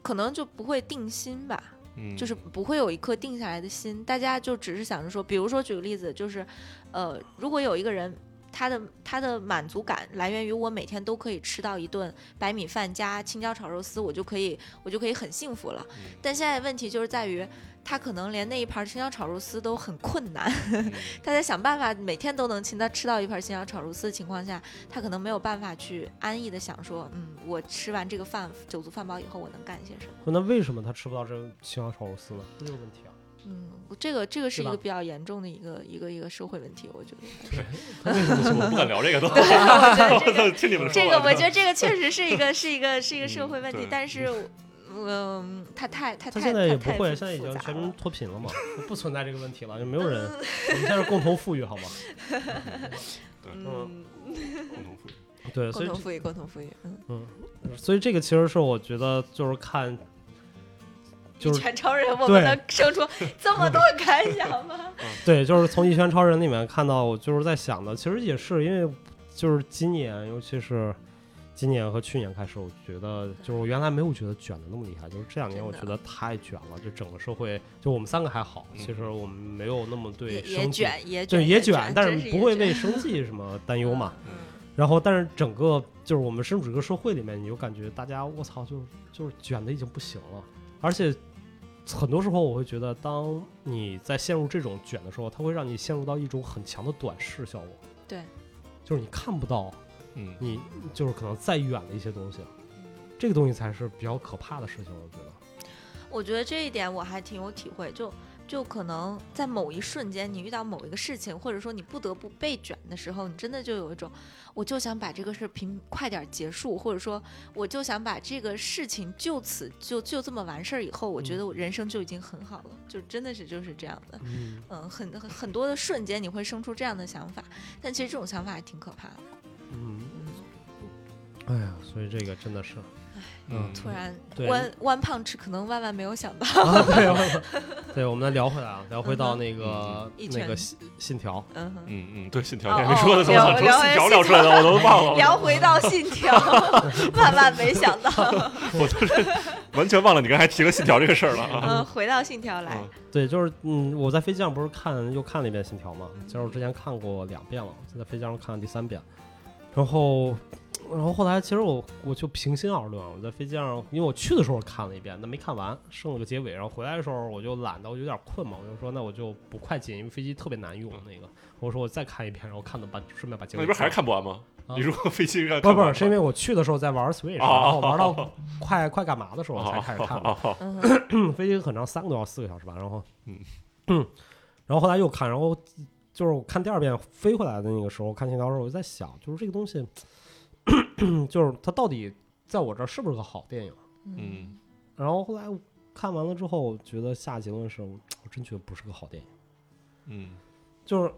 C: 可能就不会定心吧，
D: 嗯，
C: 就是不会有一颗定下来的心，大家就只是想着说，比如说举个例子，就是，呃，如果有一个人。他的他的满足感来源于我每天都可以吃到一顿白米饭加青椒炒肉丝，我就可以我就可以很幸福了。
D: 嗯
C: 但现在问题就是在于，他可能连那一盘青椒炒肉丝都很困难，
D: 嗯
C: 他在想办法每天都能请他吃到一盘青椒炒肉丝的情况下，他可能没有办法去安逸的想说，嗯，我吃完这个饭酒足饭饱以后我能干些什么？
B: 那为什么他吃不到这青椒炒肉丝呢？这就是问题啊！
C: 嗯，这个这个是一
B: 对吧
C: 个比较严重的一个一个一个社会问题，我觉得。
B: 他为什么
D: 我不敢聊这个都，
C: 我觉得这 个
D: 我听你们说
C: 这个，我
D: 完
C: 觉得这个确实是一个是一个是一个社会问题
D: 对，
C: 但是。嗯，他太他
B: 他
C: 太
B: 现在也不
C: 太
B: 会，
C: 太
B: 现在已
C: 复
B: 经
C: 杂
B: 全
C: 了
B: 民脱贫了 嘛，不存在这个问题了，就没有人。我们现在是共同富裕，好吗？
C: 嗯，
D: 共同富裕
B: 对，所
C: 共
B: 以
C: 同富裕，共同富裕，嗯，
B: 所以这个其实是我觉得就是看，就
C: 一
B: 是
C: 拳超人，我
B: 对
C: 们能生 出这么多感想吗？
B: 对，就是从《一拳超人》里面看到，我就是在想的，其实也是因为就是今年，尤其是今年和去年开始，我觉得就是我原来没有觉得卷的那么厉害，就是这两年
C: 真
B: 我
C: 的
B: 觉得太卷了，就整个社会，就我们三个还好，
D: 嗯
B: 其实我们没有那么
C: 也
B: 对
C: 也
B: 生计，
C: 卷，也
B: 对
C: 卷，
B: 也
C: 卷
B: 卷，，但
C: 真
B: 是
C: 是
B: 不
C: 也
B: 会
C: 卷
B: 为生计什么担忧嘛。
C: 嗯
B: 然后，但是整个就是我们身处这个社会里面，你就感觉大家我操，就是就是卷的已经不行了。而且很多时候我会觉得，当你在陷入这种卷的时候，它会让你陷入到一种很强的短视效果。
C: 对，
B: 就是你看不到
D: 嗯
B: 你就是可能再远的一些东西，这个东西才是比较可怕的事情，我觉得。
C: 我觉得这一点我还挺有体会，就就可能在某一瞬间，你遇到某一个事情，或者说你不得不被卷的时候，你真的就有一种，我就想把这个事平快点结束，或者说我就想把这个事情就此就就这么完事儿以后，我觉得我人生就已经很好了，就真的是就是这样的。
B: 嗯，
C: 嗯，很很很多的瞬间你会生出这样的想法，但其实这种想法还挺可怕的。
B: 嗯，
C: 嗯，
B: 哎呀，所以这个真的是，
D: 嗯，
C: 突然
B: 对
C: 弯弯胖吃，可能万万没有想到，
B: 啊，对，我对，我们来聊回来啊，聊回到
C: 嗯哼
B: 那个、
C: 一
B: 那个
C: 拳
B: 信信条，
C: 嗯哼。
D: 嗯嗯，对，信
C: 哦
D: 条，你
C: 哦
D: 没说的，我
C: 聊
D: 操，从
C: 聊
D: 信条聊出来的，我都忘了，
C: 聊回到信条，万万没想到，
D: 完全忘了你刚才提了信条这个事儿了 啊。
C: 嗯，回到信条来
D: 嗯，
B: 对，就是嗯，我在飞机上不是看又看了一遍《信条》嘛，
C: 嗯
B: 其实我之前看过两遍了，现在飞机上看了第三遍，然后，然后后来其实我我就平心而论，啊我在飞机上，因为我去的时候看了一遍，但没看完，剩了个结尾，然后回来的时候我就懒得，我有点困嘛，我就说那我就不快进，因为飞机特别难用
D: 嗯
B: 那个，我说我再看一遍，然后看的把顺便把结
D: 那
B: 尾
D: 里边还是
B: 看
D: 看不完吗？
B: 啊
D: 你如果飞机上
B: 不是
D: 看不
B: 不
D: 完
B: 是，是因为我去的时候在玩 Switch，
D: 哦
B: 然后玩到快快干嘛的时候我才开始看的。
D: 哦哦
C: 嗯，
B: 飞机很长，三个多小时、四个小时吧。然后，
D: 嗯
B: 然后后来又看，然后就是我看第二遍飞回来的那个时候，看信条的时候，我就在想，就是这个东西， 就是它到底在我这儿是不是个好电影？
D: 嗯
B: 然后后来我看完了之后，我觉得下结论是，我真觉得不是个好电影。
D: 嗯
B: 就是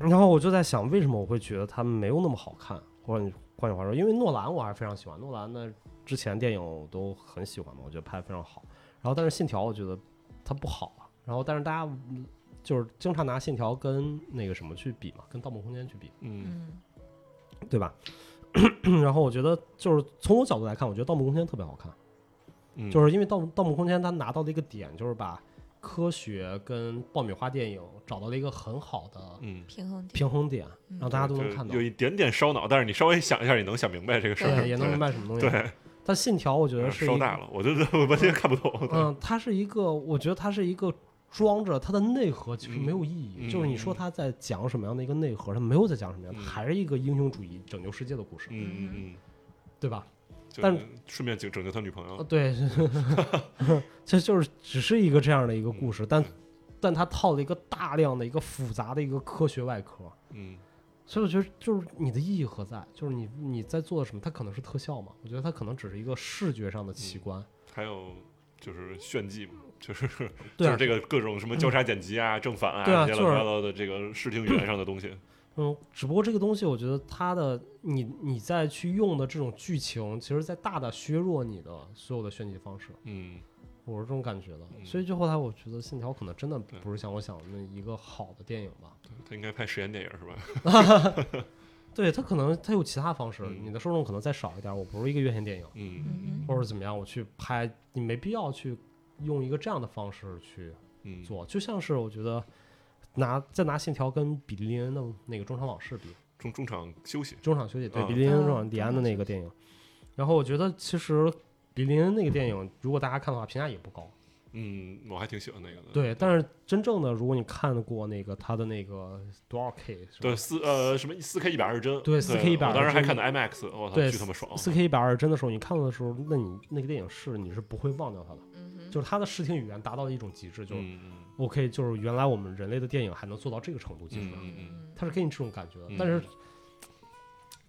B: 然后我就在想，为什么我会觉得他们没有那么好看？或者你换句话说，因为诺兰我还是非常喜欢，诺兰的之前电影我都很喜欢嘛，我觉得拍的非常好。然后但是《信条》我觉得它不好啊。然后但是大家嗯就是经常拿《信条》跟那个什么去比嘛，跟《盗梦空间》去比，
D: 嗯
C: 嗯
B: 对吧？ 然后我觉得就是从我角度来看，我觉得《盗梦空间》特别好看。
D: 嗯，
B: 就是是因为盗《盗墓空间》它拿到的一个点，就是把科学跟爆米花电影找到了一个很好的
D: 嗯，
C: 平衡点。
B: 平衡点，
C: 嗯
B: 让大家都能
D: 就
B: 看到
D: 有，一点点烧脑，但是你稍微想一下，你能想明白这个事儿，
B: 对，也能明白什么东西。
D: 对，
B: 但《信条》我觉
D: 对
B: 得是一
D: 烧
B: 个，
D: 大了，我就我完全看不懂。 对
B: 嗯，它是一个，我觉得它是一个装着它的内核，其实没有意义。
D: 嗯
B: 就是你说它在讲什么样的一个内核，它没有在讲什么样，它
D: 嗯
B: 还是一个英雄主义拯救世界的故事，
D: 嗯嗯
B: 对吧？
D: 嗯，就
B: 但
D: 顺便拯拯救他女朋
B: 啊，
D: 友。
B: 对， 这就是只是一个这样的一个故事，
D: 嗯
B: 但但它套了一个大量的一个复杂的一个科学外壳。
D: 嗯
B: 所以我觉得就是你的意义何在？就是你你在做什么？它可能是特效嘛？我觉得它可能只是一个视觉上的
D: 嗯
B: 奇观。
D: 还有就是炫技嘛，就是
B: 对
D: 就
B: 啊
D: 是这个各种什么交叉剪辑啊、正反啊，
B: 对啊
D: 这些乱七八糟的这个视听语言上的东西。
B: 嗯，只不过这个东西，我觉得它的你你在去用的这种剧情，其实在大大削弱你的所有的炫技方式，
D: 嗯
B: 我是这种感觉的。
D: 嗯
B: 所以就后来我觉得《信条》可能真的不是像我想的那一个好的电影吧。
D: 他应该拍实验电影是吧？
B: 对，它可能它有其他方式，
D: 嗯
B: 你的受众可能再少一点。我不是一个院线电影，
D: 嗯
C: 嗯
B: 或者怎么样，我去拍，你没必要去用一个这样的方式去。
D: 嗯，
B: 做，就像是我觉得拿再拿信条跟比利林恩的那个中场往事比，
D: 中中场休息。
B: 中场休息对、
D: 嗯
B: 比利林恩中
C: 啊
B: 场迪
C: 中
B: 安的
C: 场
B: 那
C: 休
B: 个电影，然后我觉得其实比利林恩那个电影，如果大家看的话，评价也不高，
D: 嗯，我还挺喜欢那个的。
B: 对，但是真正的如果你看过那个他的那个多少 K 是吧
D: 对四呃什么四 K 一百二十帧，
B: 对 4K
D: 我当时
B: 120
D: 还
B: 帧
D: 看的 IMAX，我操，
B: 对
D: 巨他妈爽！啊
B: 四 K 一百二十帧的时候，你看到的时候，那你那个电影是你是不会忘掉它的，
C: 嗯
B: 就是它的视听语言达到了一种极致，就、
D: 嗯嗯
B: OK，就是原来我们人类的电影还能做到这个程度，基本上。
D: 嗯
C: 嗯
B: 他是给你这种感觉的
D: 嗯，
B: 但是，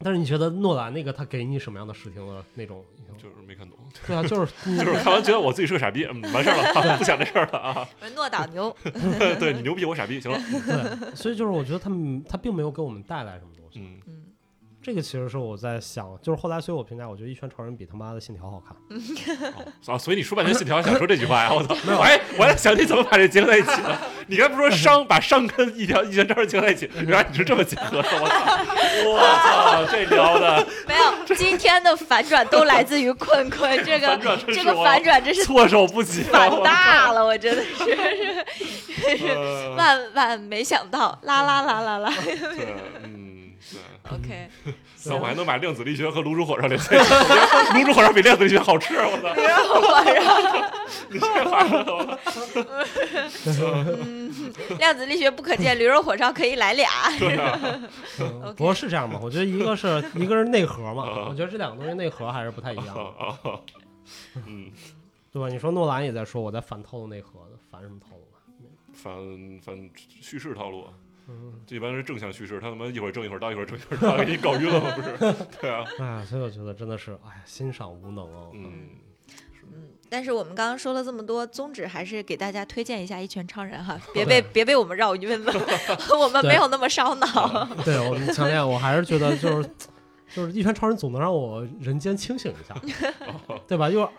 B: 但是你觉得诺兰那个他给你什么样的视听的那种？
D: 就是没看懂，
B: 对啊，就是你
D: 就是看完觉得我自己是个傻逼，嗯，完事儿了， 不想这事儿了啊。
C: 嗯，诺导牛，
D: 对你牛逼，我傻逼，行了。
B: 对，所以就是我觉得他们他并没有给我们带来什么东西。
D: 嗯，
C: 嗯，
B: 这个其实是我在想，就是后来所以我评价，我觉得《一拳超人》比他妈的《信条》好看。
D: 哦啊，所以你说半天信条想说这句话呀？我操！哎，我在想你怎么把这结合在一起的。你刚才不是说伤把伤跟一条一拳超人结合在一起，原来你是这么结合的。我操！我操，这聊的
C: 没有，今天的反转都来自于困困，这个
D: 反转真是
C: 这个
D: 我
C: 反转真是
D: 措手不及啊，
C: 反
D: 我嗯
C: 大了，我真的是是
D: 呃
C: 万万没想到，啦啦啦啦啦
D: 对，嗯，对。
C: ，OK，
D: 那我还能把量子力学和卤煮火烧联系，我觉得卤煮火烧比量子力学好吃，啊我 操！ 你这话说的我操，
C: 量子力学不可见，驴肉火烧可以来俩，
D: 对啊，
B: 嗯
C: OK
B: 不过是这样吧，我觉得一个 是一个是内核嘛，
D: 啊
B: 我觉得这两个东西内核还是不太一样的，
D: 啊啊 嗯，
B: 对吧？你说诺兰也在说我在反套路内核，反什么套路啊？
D: 反反叙事套路，啊
B: 嗯，
D: 这一般是正向叙事，他他妈一会儿正一会儿倒，一会儿正一会儿倒，给你搞晕了吗？不是？ 对啊，
B: 哎呀，所以我觉得真的是，哎呀，欣赏无能啊。
D: 嗯，
C: 嗯，但是我们刚刚说了这么多，宗旨还是给大家推荐一下《一拳超人》哈，别被别被我们绕晕 了，我们没有那么烧脑。
B: 对我们强烈，我还是觉得就是就是一拳超人总能让我人间清醒一下， 对吧？又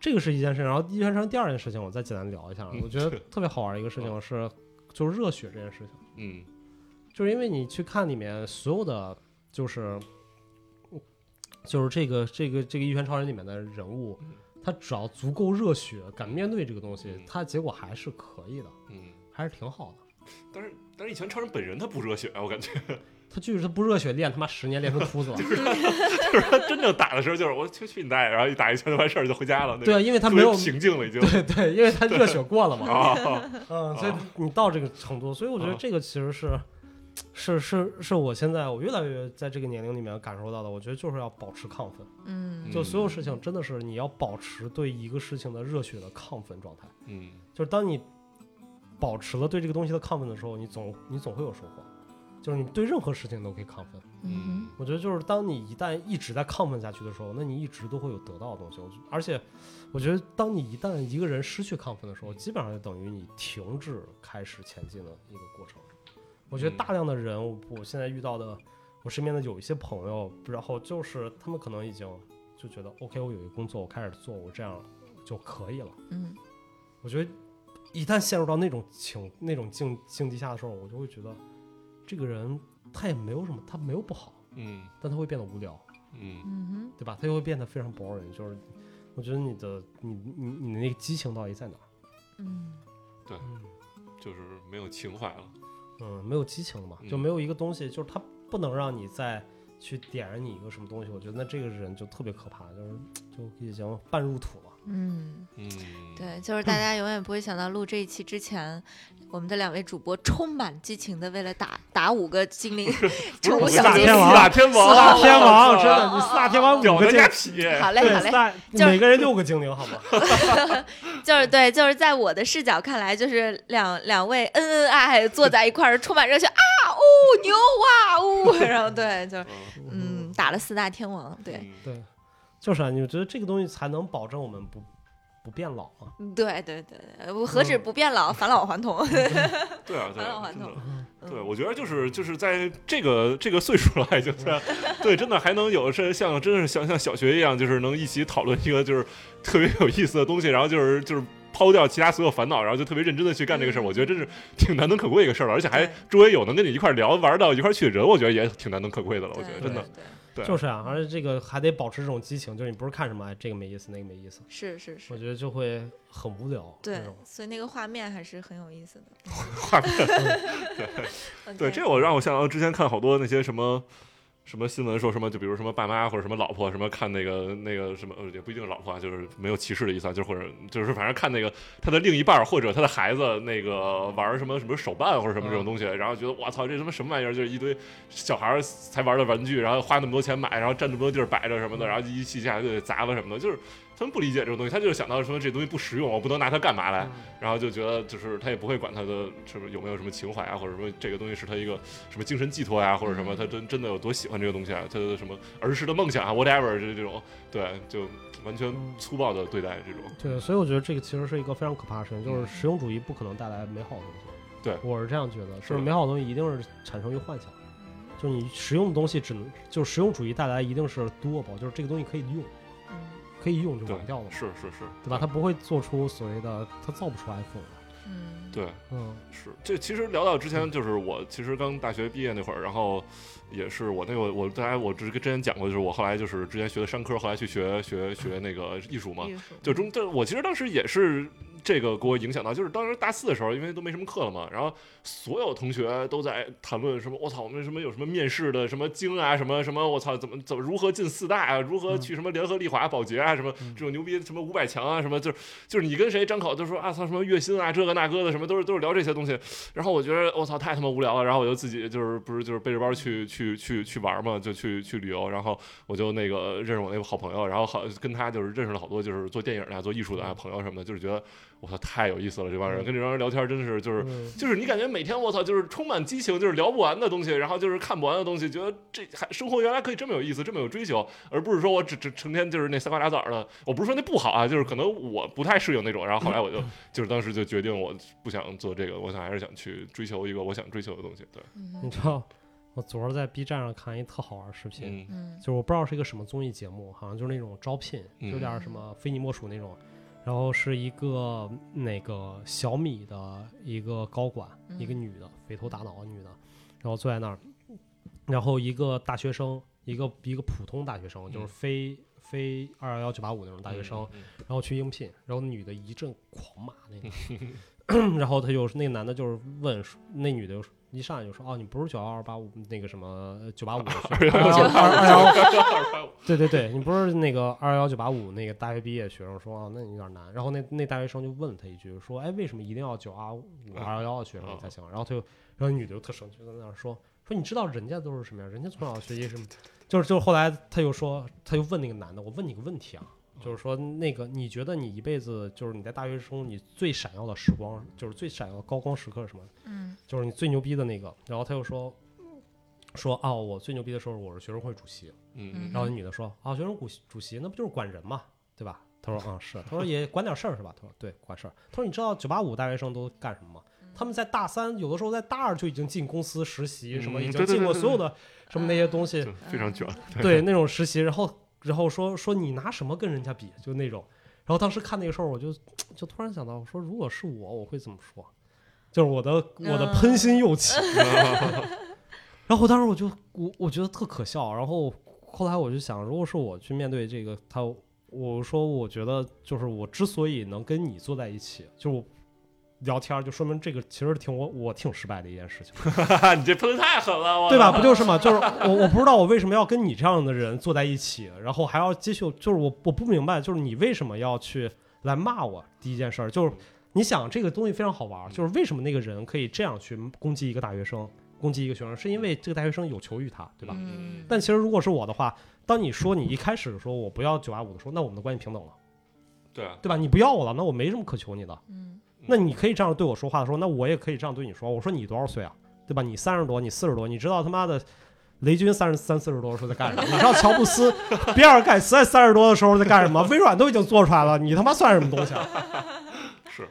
B: 这个是一件事情，然后一拳超人第二件事情，我再简单聊一下。
D: 嗯
B: 我觉得特别好玩的一个事情是，就是热血这件事情，
D: 嗯
B: 就是因为你去看里面所有的就是就是这个这个这个一拳超人里面的人物
D: 嗯。
B: 他只要足够热血，敢面对这个东西
D: 嗯，
B: 他结果还是可以的，
D: 嗯，
B: 还是挺好的。
D: 但是但是以前超人本人他不热血啊，我感觉
B: 他就是他不热血练，他妈十年练成秃子了。
D: 就是他真正打的时候就是我去去你大爷，然后一打一拳就完事儿就回家了，那
B: 对
D: 种
B: 啊，因为他
D: 特
B: 没
D: 别
B: 有
D: 平静了已经
B: 对对，因为他热血过了嘛。
D: 啊，
B: 嗯，所以你到这个程度，所以我觉得
D: 啊
B: 这个其实是，是是是我现在我越来越在这个年龄里面感受到的。我觉得就是要保持亢奋，
C: 嗯
B: 就所有事情真的是你要保持对一个事情的热血的亢奋状态。
D: 嗯
B: 就是当你保持了对这个东西的亢奋的时候，你总你总会有收获。就是你对任何事情都可以亢奋。
D: 嗯
C: 嗯
B: 我觉得就是当你一旦一直在亢奋下去的时候，那你一直都会有得到的东西。我觉而且，我觉得当你一旦一个人失去亢奋的时候，基本上就等于你停止开始前进的一个过程。我我觉得
D: 嗯
B: 大量的人，我我现在遇到的，我身边的有一些朋友，然后就是他们可能已经就觉得 OK，我有一个工作，我开始做，我这样就可以了。
C: 嗯，
B: 我觉得一旦陷入到那种情那种境境地下的时候，我就会觉得这个人他也没有什么，他没有不好，
D: 嗯
B: 但他会变得无聊，
D: 嗯
C: 嗯
B: 对吧？他就会变得非常 boring，就是我觉得你的你你你的那个激情到底在哪儿？
C: 哼，嗯，
B: 嗯
D: 就是没有情怀了。
B: 嗯，没有激情了嘛，
D: 嗯
B: 就没有一个东西，就是他不能让你再去点燃你一个什么东西，我觉得那这个人就特别可怕，就是就已经半入土了。
C: 嗯，
D: 嗯，
C: 对，就是大家永远不会想到录这一期之前，我们的两位主播充满激情的为了打打五个精 灵宠物
D: 不是
C: 小
D: 大
C: 精
B: 天
D: 天
B: 王
D: 王，啊
C: 灵。
D: 大天
C: 四大
D: 王，啊
B: 天王
D: 哦我操
B: 真的，你四大天王
D: 屌
B: 五个
D: 人
B: 精灵，
D: 家皮，
C: 好嘞，
B: 对，
C: 好
B: 四
C: 嘞，
B: 大
C: 就是
B: 每个人六个精灵，好吗？
C: 就是对，就是在我的视角看来，就是两两位恩恩爱爱地坐在一块儿，充满热血啊哦牛哇哦， 然后对，就是
D: 嗯
C: 嗯，打了四大天王，对，
B: 对，就是啊，你觉得这个东西才能保证我们不不变老嘛？
D: 嗯
C: 对对对，对我何止不变老，返老还童， 嗯
D: 对啊，对
C: 返老
D: 啊，
C: 还
D: 真的
C: 童。
D: 对，我觉得就是就是在这个这个岁数了，已 经是，对，真的还能有是像真是像像小学一样，就是能一起讨论一个就是特别有意思的东西，然后就是就是抛掉其他所有烦恼，然后就特别认真的去干这个事儿，我觉得真是挺难能可贵一个事儿了，而且还
C: 嗯对
D: 周围有能跟你一块儿聊玩到一块儿去的人，我觉得也挺难能可贵的了，我
C: 对
D: 觉得
C: 对
D: 真的，
C: 对
D: 对，
B: 就是啊，而且这个还得保持这种激情，就是你不是看什么哎这个没意思，那个没意思，
C: 是是是
B: 我，觉得就会很无聊。
C: 对
B: 这种，
C: 所以那个画面还是很有意思的。嗯
D: 画面，
C: OK
D: 对，这我让我想到之前看好多那些什么。什么新闻说什么？就比如什么爸妈或者什么老婆，什么看那个那个什么，呃也不一定是老婆啊，就是没有歧视的意思啊，就是或者就是反正看那个他的另一半儿或者他的孩子那个玩什么什么手办或者什么这种东西，然后觉得我操这他妈什么玩意儿，就是一堆小孩儿才玩的玩具，然后花那么多钱买，然后占那么多地儿摆着什么的，然后一气下来就得砸了什么的，就是他们不理解这种东西，他就是想到说这东西不实用，我不能拿它干嘛来，
B: 嗯
D: 然后就觉得就是他也不会管他的是不是有没有什么情怀啊，或者说这个东西是他一个什么精神寄托呀、或者什么他真真的有多喜欢这个东西啊，他的什么儿时的梦想啊，whatever 这这种，对，就完全粗暴的对待这种，
B: 对，所以我觉得这个其实是一个非常可怕的事情，就是实用主义不可能带来美好的东西。
D: 对
B: 我是这样觉得，就是
D: 的
B: 美好的东西一定是产生于幻想，就你实用的东西只能，就实用主义带来一定是 doable，就是这个东西可以用，
C: 嗯
B: 可以用就
D: 对
B: 完掉了，嘛，
D: 是是是，
B: 对吧？他不会做出所谓的，他造不出 iPhone 来。
C: 嗯，
D: 对。
B: 嗯，
D: 是，这其实聊到之前，就是我其实刚大学毕业那会儿，然后也是我那个我大家我之之前讲过，就是我后来就是之前学的商科，后来去学学学那个艺术嘛，
C: 艺术
D: 就中，但我其实当时也是这个给我影响到，就是当时大四的时候，因为都没什么课了嘛，然后所有同学都在谈论什么，我操，我们什么有什么面试的什么经啊，什么什么，我操，怎么怎么如何进四大啊，如何去什么联合利华、保洁啊，什么这种牛逼什么五百强啊，什么就是就是你跟谁张口都说啊操什么月薪啊，这个那个的，什么都是都是聊这些东西，然后我觉得我操太他妈无聊了，然后我就自己就是不是就是背着包去去去去玩嘛，就去去旅游，然后我就那个认识我那个好朋友，然后好跟他就是认识了好多就是做电影的、啊、做艺术的啊朋友什么的，就是觉得我操太有意思了，这帮人
B: 嗯
D: 跟这帮人聊天真是就是。
B: 嗯
D: 就是你感觉每天我操，就是充满激情，就是聊不完的东西，然后就是看不完的东西，觉得这还生活原来可以这么有意思，这么有追求，而不是说我只只成天就是那三瓜俩枣儿的。我不是说那不好啊，就是可能我不太适应那种。然后后来我就就是当时就决定我不想做这个，我想还是想去追求一个我想追求的东西。对，
B: 你
C: 嗯
B: 知道，我昨儿在 B 站上看一特好玩的视频，
D: 嗯
C: 嗯
B: 就是我不知道是一个什么综艺节目，好像就是那种招聘，
D: 嗯
B: 有点儿什么非你莫属那种。然后是一个那个小米的一个高管，
C: 嗯
B: 一个女的，肥头大脑的女的，然后坐在那儿，然后一个大学生，一个一个普通大学生，就是
D: 嗯
B: 非非二幺幺九八五那种大学生，然后去应聘，然后女的一阵狂骂那 个， 然后他就是那个男的就是问说那女的就说一上来就说哦你不是九幺二八五那个什么九八五二二幺
D: 嗯，
B: 对对对，你不是那个二幺九八五那个大学毕业学生说啊，那你有点难。然后那那大学生就问了他一句，说，哎，为什么一定要九二五二幺幺的学生才行？然后他就，然后女的就特生气，就在那儿说，说你知道人家都是什么样，人家从小学习什么，就是就是后来他又说，他就问那个男的，我问你个问题啊，就是说那个你觉得你一辈子就是你在大学中你最闪耀的时光，就是最闪耀的高光时刻是什么？
C: 嗯
B: 就是你最牛逼的那个。然后他又说，说啊，我最牛逼的时候我是学生会主席。
D: 嗯
B: 然后那女的说：“啊，学生主席主席那不就是管人嘛，对 吧？”他说：“嗯，是。”他说：“也管点事儿是吧？”他说：“对，管事儿。”他说：“你知道九八五大学生都干什么吗？他们在大三，有的时候在大二就已经进公司实习，什么
D: 嗯
B: 已经
D: 对对
B: 进
D: 对
B: 过
D: 对
B: 所有
D: 对
B: 的什么那些东西，
D: 就非常卷。
B: 对那种实习，然后然后说说你拿什么跟人家比，就那种。然后当时看那个时候，我就就突然想到，我说如果是我，我会怎么说？就是我的我
D: 嗯
B: 的喷心又起。然后当时我就我我觉得特可笑。然后后来我就想，如果是我去面对这个他，我说我觉得就是我之所以能跟你坐在一起，就是我聊天儿，就说明这个其实挺我我挺失败的一件事情。
D: 你这喷的太狠了，我
B: 对吧？不就是嘛？就是我我不知道我为什么要跟你这样的人坐在一起，然后还要继续，就是我我不明白，就是你为什么要去来骂我？第一件事儿就是你想这个东西非常好玩儿，就是为什么那个人可以这样去攻击一个大学生，攻击一个学生，是因为这个大学生有求于他，对吧？
C: 嗯，
B: 但其实如果是我的话，当你说你一开始说我不要九八五的时候，那我们的关系平等了，
D: 对啊，
B: 对吧？你不要我了，那我没什么可求你的。
C: 嗯
B: 那你可以这样对我说话的时候，那我也可以这样对你说。我说你多少岁啊？对吧？你三十多，你四十多，你知道他妈的雷军三十三四十多的时候在干什么？你知道乔布斯、比尔盖茨在三十多的时候在干什么？微软都已经做出来了，你他妈算什么东西啊？
D: 是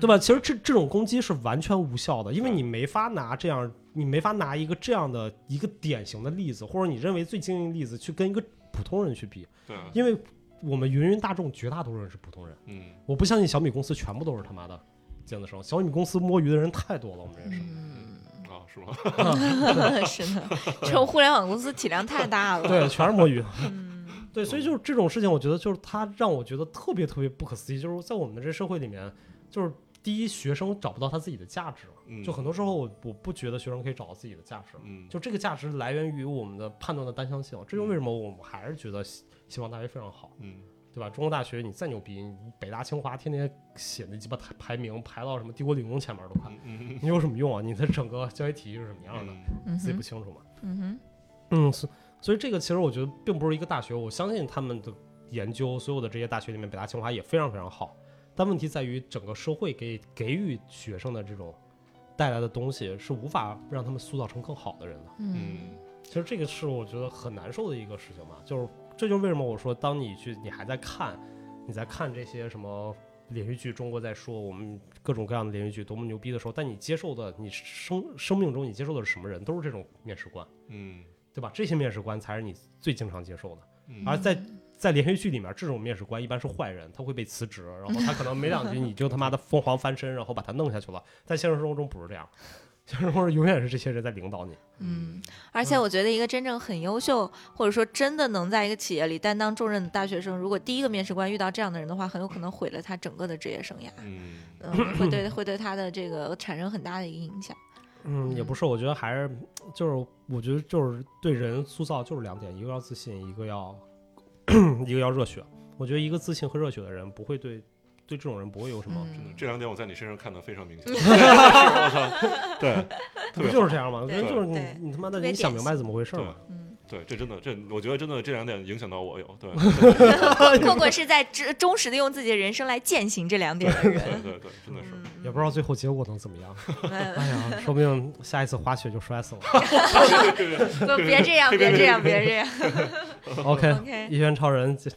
B: 对吧？其实这这种攻击是完全无效的，因为你没法拿这样，你没法拿一个这样的一个典型的例子，或者你认为最经典的例子去跟一个普通人去比，
D: 对啊，
B: 因为我们芸芸大众绝大多数人是普通人。
D: 嗯
B: 我不相信小米公司全部都是他妈的尖子生，小米公司摸鱼的人太多了，我们认识。
C: 嗯，
D: 啊，是吗？
C: 是嗯的，这种互联网公司体量太大了。
B: 对，全是摸鱼。
C: 嗯，
B: 对，所以就是这种事情，我觉得就是它让我觉得特别特别不可思议，就是在我们的这社会里面，就是第一，学生找不到他自己的价值，
D: 嗯
B: 就很多时候我我不觉得学生可以找到自己的价值，
D: 嗯，
B: 就这个价值来源于我们的判断的单向性，这就是为什么我们还是觉得希希望大学非常好。
D: 嗯
B: 对吧？中国大学你再牛逼，你北大清华天天写那鸡巴排名排到什么帝国理工前面都快，
D: 嗯嗯
B: 你有什么用啊？你的整个教育体系是什么样的，
D: 嗯，
C: 嗯
B: 自己
C: 哼
B: 不，清楚嘛。
C: 嗯哼，
B: 嗯，所所以这个其实我觉得并不是一个大学，我相信他们的研究，所有的这些大学里面，北大、清华也非常非常好。但问题在于，整个社会给给予学生的这种带来的东西，是无法让他们塑造成更好的人的。
C: 嗯
D: 嗯
B: 其实这个是我觉得很难受的一个事情吧，就是这就是为什么我说，当你去你还在看，你在看这些什么连续剧，中国在说我们各种各样的连续剧多么牛逼的时候，但你接受的，你生生命中你接受的是什么人，都是这种面试官，
D: 嗯
B: 对吧？这些面试官才是你最经常接受的。
D: 嗯，
B: 而在在连续剧里面，这种面试官一般是坏人，他会被辞职，然后他可能没两句你就他妈的疯狂翻身，然后把他弄下去了。但现实生活中不是这样，现实生活中永远是这些人在领导你。
C: 嗯，而且我觉得一个真正很优秀，或者说真的能在一个企业里担当重任的大学生，如果第一个面试官遇到这样的人的话，很有可能毁了他整个的职业生涯。
D: 嗯
C: 嗯，会对会对他的这个产生很大的一个影响。
B: 嗯，也
C: 嗯
B: 不是，我觉得还是就是，我觉得就是对人塑造就是两点，一个要自信，一个要 一个要热血。我觉得一个自信和热血的人不会对对这种人不会有什么，
D: 真的
C: 嗯，
D: 这两点我在你身上看的非常明显。
B: 不
D: 对对
B: 就是这样吗？我觉得
D: 对
B: 就是你
C: 对
B: 你他妈的
C: 特别
B: 你想
C: 典
B: 明白怎么回事
D: 对
B: 嘛？
C: 嗯，
D: 对，这真的这，我觉得真的这两点影响到我有对
C: 困困是在忠忠实的用自己的人生来践行这两点的
D: 对
C: 人，
D: 对对，真的 是
C: 嗯
B: 也不知道最后结果能怎么样。
C: 嗯
B: 哎呀，说不定下一次滑雪就摔死了。
C: 不，别这样，别这样，别这样。
B: OK，,
C: OK
B: 一拳超人这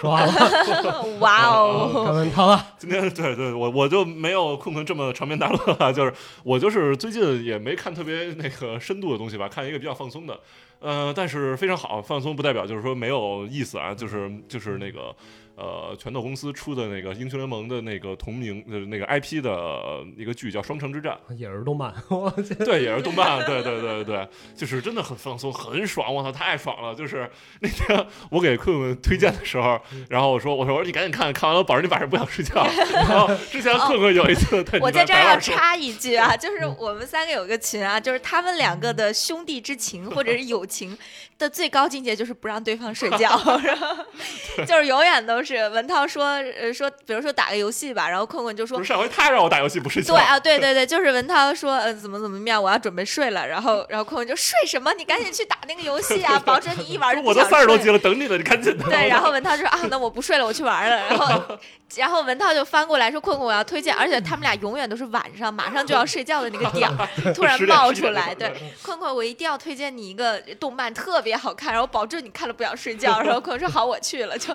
B: 说完了，
C: 哇
B: 该
C: 哦，
B: 问他了。
D: 今天对对，我我就没有困困这么长篇大论了， 就是我就是最近也没看特别那个深度的东西吧，看一个比较放松的，呃，但是非常好，放松不代表就是说没有意思啊，就是就是那个呃，拳头公司出的那个英雄联盟的那个同名呃那个 IP 的呃一个剧叫《双城之战》，
B: 也是动漫，我这
D: 对，也是动漫，对对对对对，就是真的很放松，很爽，我操，太爽了！就是那天我给困困推荐的时候，
C: 嗯
D: 然后我说我说我说你赶紧看，看完了保证你晚上不想 睡觉。然后之前困困有一次，对，
C: 哦我
D: 你
C: 在这儿
D: 白
C: 要
D: 老师
C: 插一句啊，就是我们三个有一个群啊，就是他们两个的兄弟之情或者是友情的最高境界就是不让对方睡觉，然后 就是永远都是文涛说呃说，比如说打个游戏吧，然后困困就说
D: 不是上回他让我打游戏不睡觉，
C: 对啊，对对对，就是文涛说，呃，怎么怎么样，我要准备睡了，然后然后坤坤就睡什么？你赶紧去打那个游戏 啊，保证你一晚上
D: 我
C: 不
D: 都
C: 想
D: 三十多
C: 睡
D: 级了，等你了，你赶紧的。
C: 对，然后 文涛就说啊，那我不睡了，我去玩了。然后，然后文涛就翻过来说：“困困，我要推荐。”而且他们俩永远都是晚上马上就要睡觉的那个点儿 突然
D: 10点
C: 冒
D: 11
C: 出
D: 点
C: 来。
D: 对
C: 对，困困，我一定要推荐 你一个动漫，特别好看，然后保证你看了不想睡觉。然后困困说：“好，我去了。就”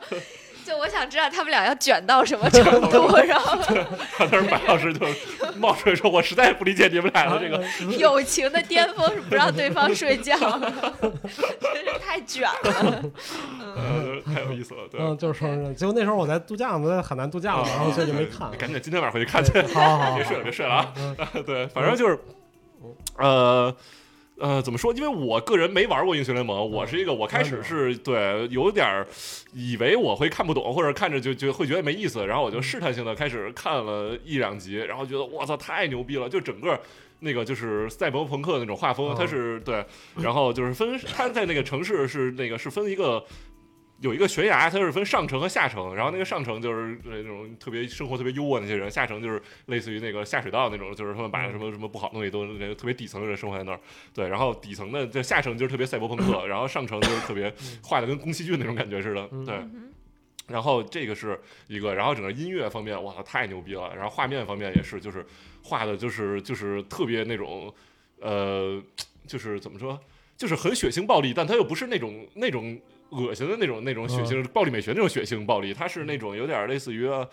C: 就我想知道他们俩要卷到什么程度， 然后
D: 他那白老师就冒出来说：“我实在不理解你们俩的这个。
C: 友情的巅峰是不让对方睡 觉，真是太卷了。”嗯
D: 呃，太有意思了，对。
B: 嗯， 就是说是，结果那时候我在度假嘛，我在海南度假嘛，然后所以就没看。
D: 赶紧今天晚上回去看去，
B: 好好好，
D: 别睡了，别睡了啊！
B: 嗯
D: 对，反正就是，呃。呃，怎么说？因为我个人没玩过英雄联盟，我是一个，
B: 嗯
D: 我开始是对有点儿以为我会看不懂，或者看着就就会觉得没意思，然后
B: 嗯
D: 我就试探性的开始看了一两集，然后觉得我操太牛逼了，就整个那个就是赛博朋克那种画风，
B: 嗯
D: 它是对，然后就是分它在那个城市是那个是分一个。有一个悬崖，它是分上城和下城，然后那个上城就是呃那种特别生活特别优渥那些人，下城就是 类似于那个下水道那种，就是他们把什么什么不好的东西都那个特别底层的人生活在那儿。对，然后底层的这下层就是特别赛博朋克，然后上层就是特别画的跟宫崎骏那种感觉似的，
B: 嗯
D: 对。
C: 嗯
D: 然后这个是一个，然后整个音乐方面，哇，太牛逼了。然后画面方面也是，就是画的，就是就是特别那种，呃，就是怎么说，就是很血腥暴力，但它又不是那种那种恶心的那种那种血
C: 嗯
D: 腥、暴力美学那种血腥暴力，它是那种有点类似于、啊，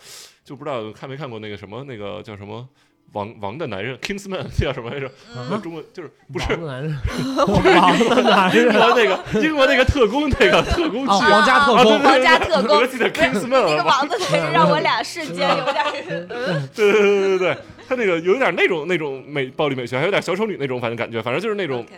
D: 就不知道看没看过那个什么那个叫什么。王王的男人，Kingsman 叫什么来着？
C: 啊
B: 嗯
D: 中文就是不是
B: 王的男人，王的男
D: 英
B: 人
D: 国那个英国那个特工那个特工剧，
C: 哦
B: 啊，皇家特
D: 啊
B: 工
D: 对，
C: 皇家特工
D: 我就记得 Kingsman
C: 那
D: 了
C: 个
D: 吧？
C: 王子那个让我俩瞬间有点 儿，嗯，
D: 对对对对对，他那个有点那种那种美暴力美学，还有点小丑女那种，反正感觉，反正就是那种
C: OK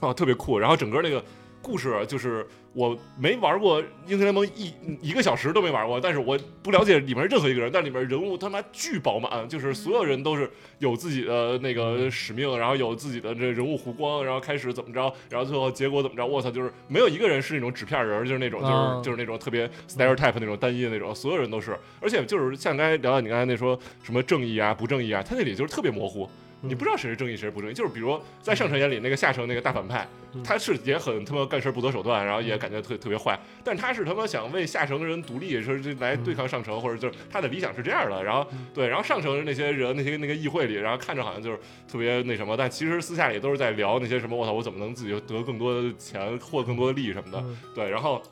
D: 哦，特别酷。然后整个那个故事就是我没玩过英雄联盟一一个小时都没玩过，但是我不了解里面任何一个人，但里面人物他妈巨饱满，就是所有人都是有自己的那个使命，然后有自己的这人物弧光，然后开始怎么着，然后最后结果怎么着，我操，就是没有一个人是那种纸片人儿，就是那种就是、
B: 啊
D: 就是那种特别 stereotype 那种单一的那种，所有人都是，而且就是像刚才聊到你刚才那说什么正义啊不正义啊，他那里就是特别模糊。你不知道谁是正义，谁是不正义。就是比如在上城眼里，那个下城那个大反派
B: 嗯，
D: 他是也很他妈干事不择手段，然后也感觉特特别坏，但他是他妈想为下城人独立，说是来对抗上城，或者就是他的理想是这样的。然后
B: 嗯
D: 对，然后上城那些人那些那个议会里，然后看着好像就是特别那什么，但其实私下里都是在聊那些什么我操，我怎么能自己得更多的钱，获更多的利益什么的。对，然后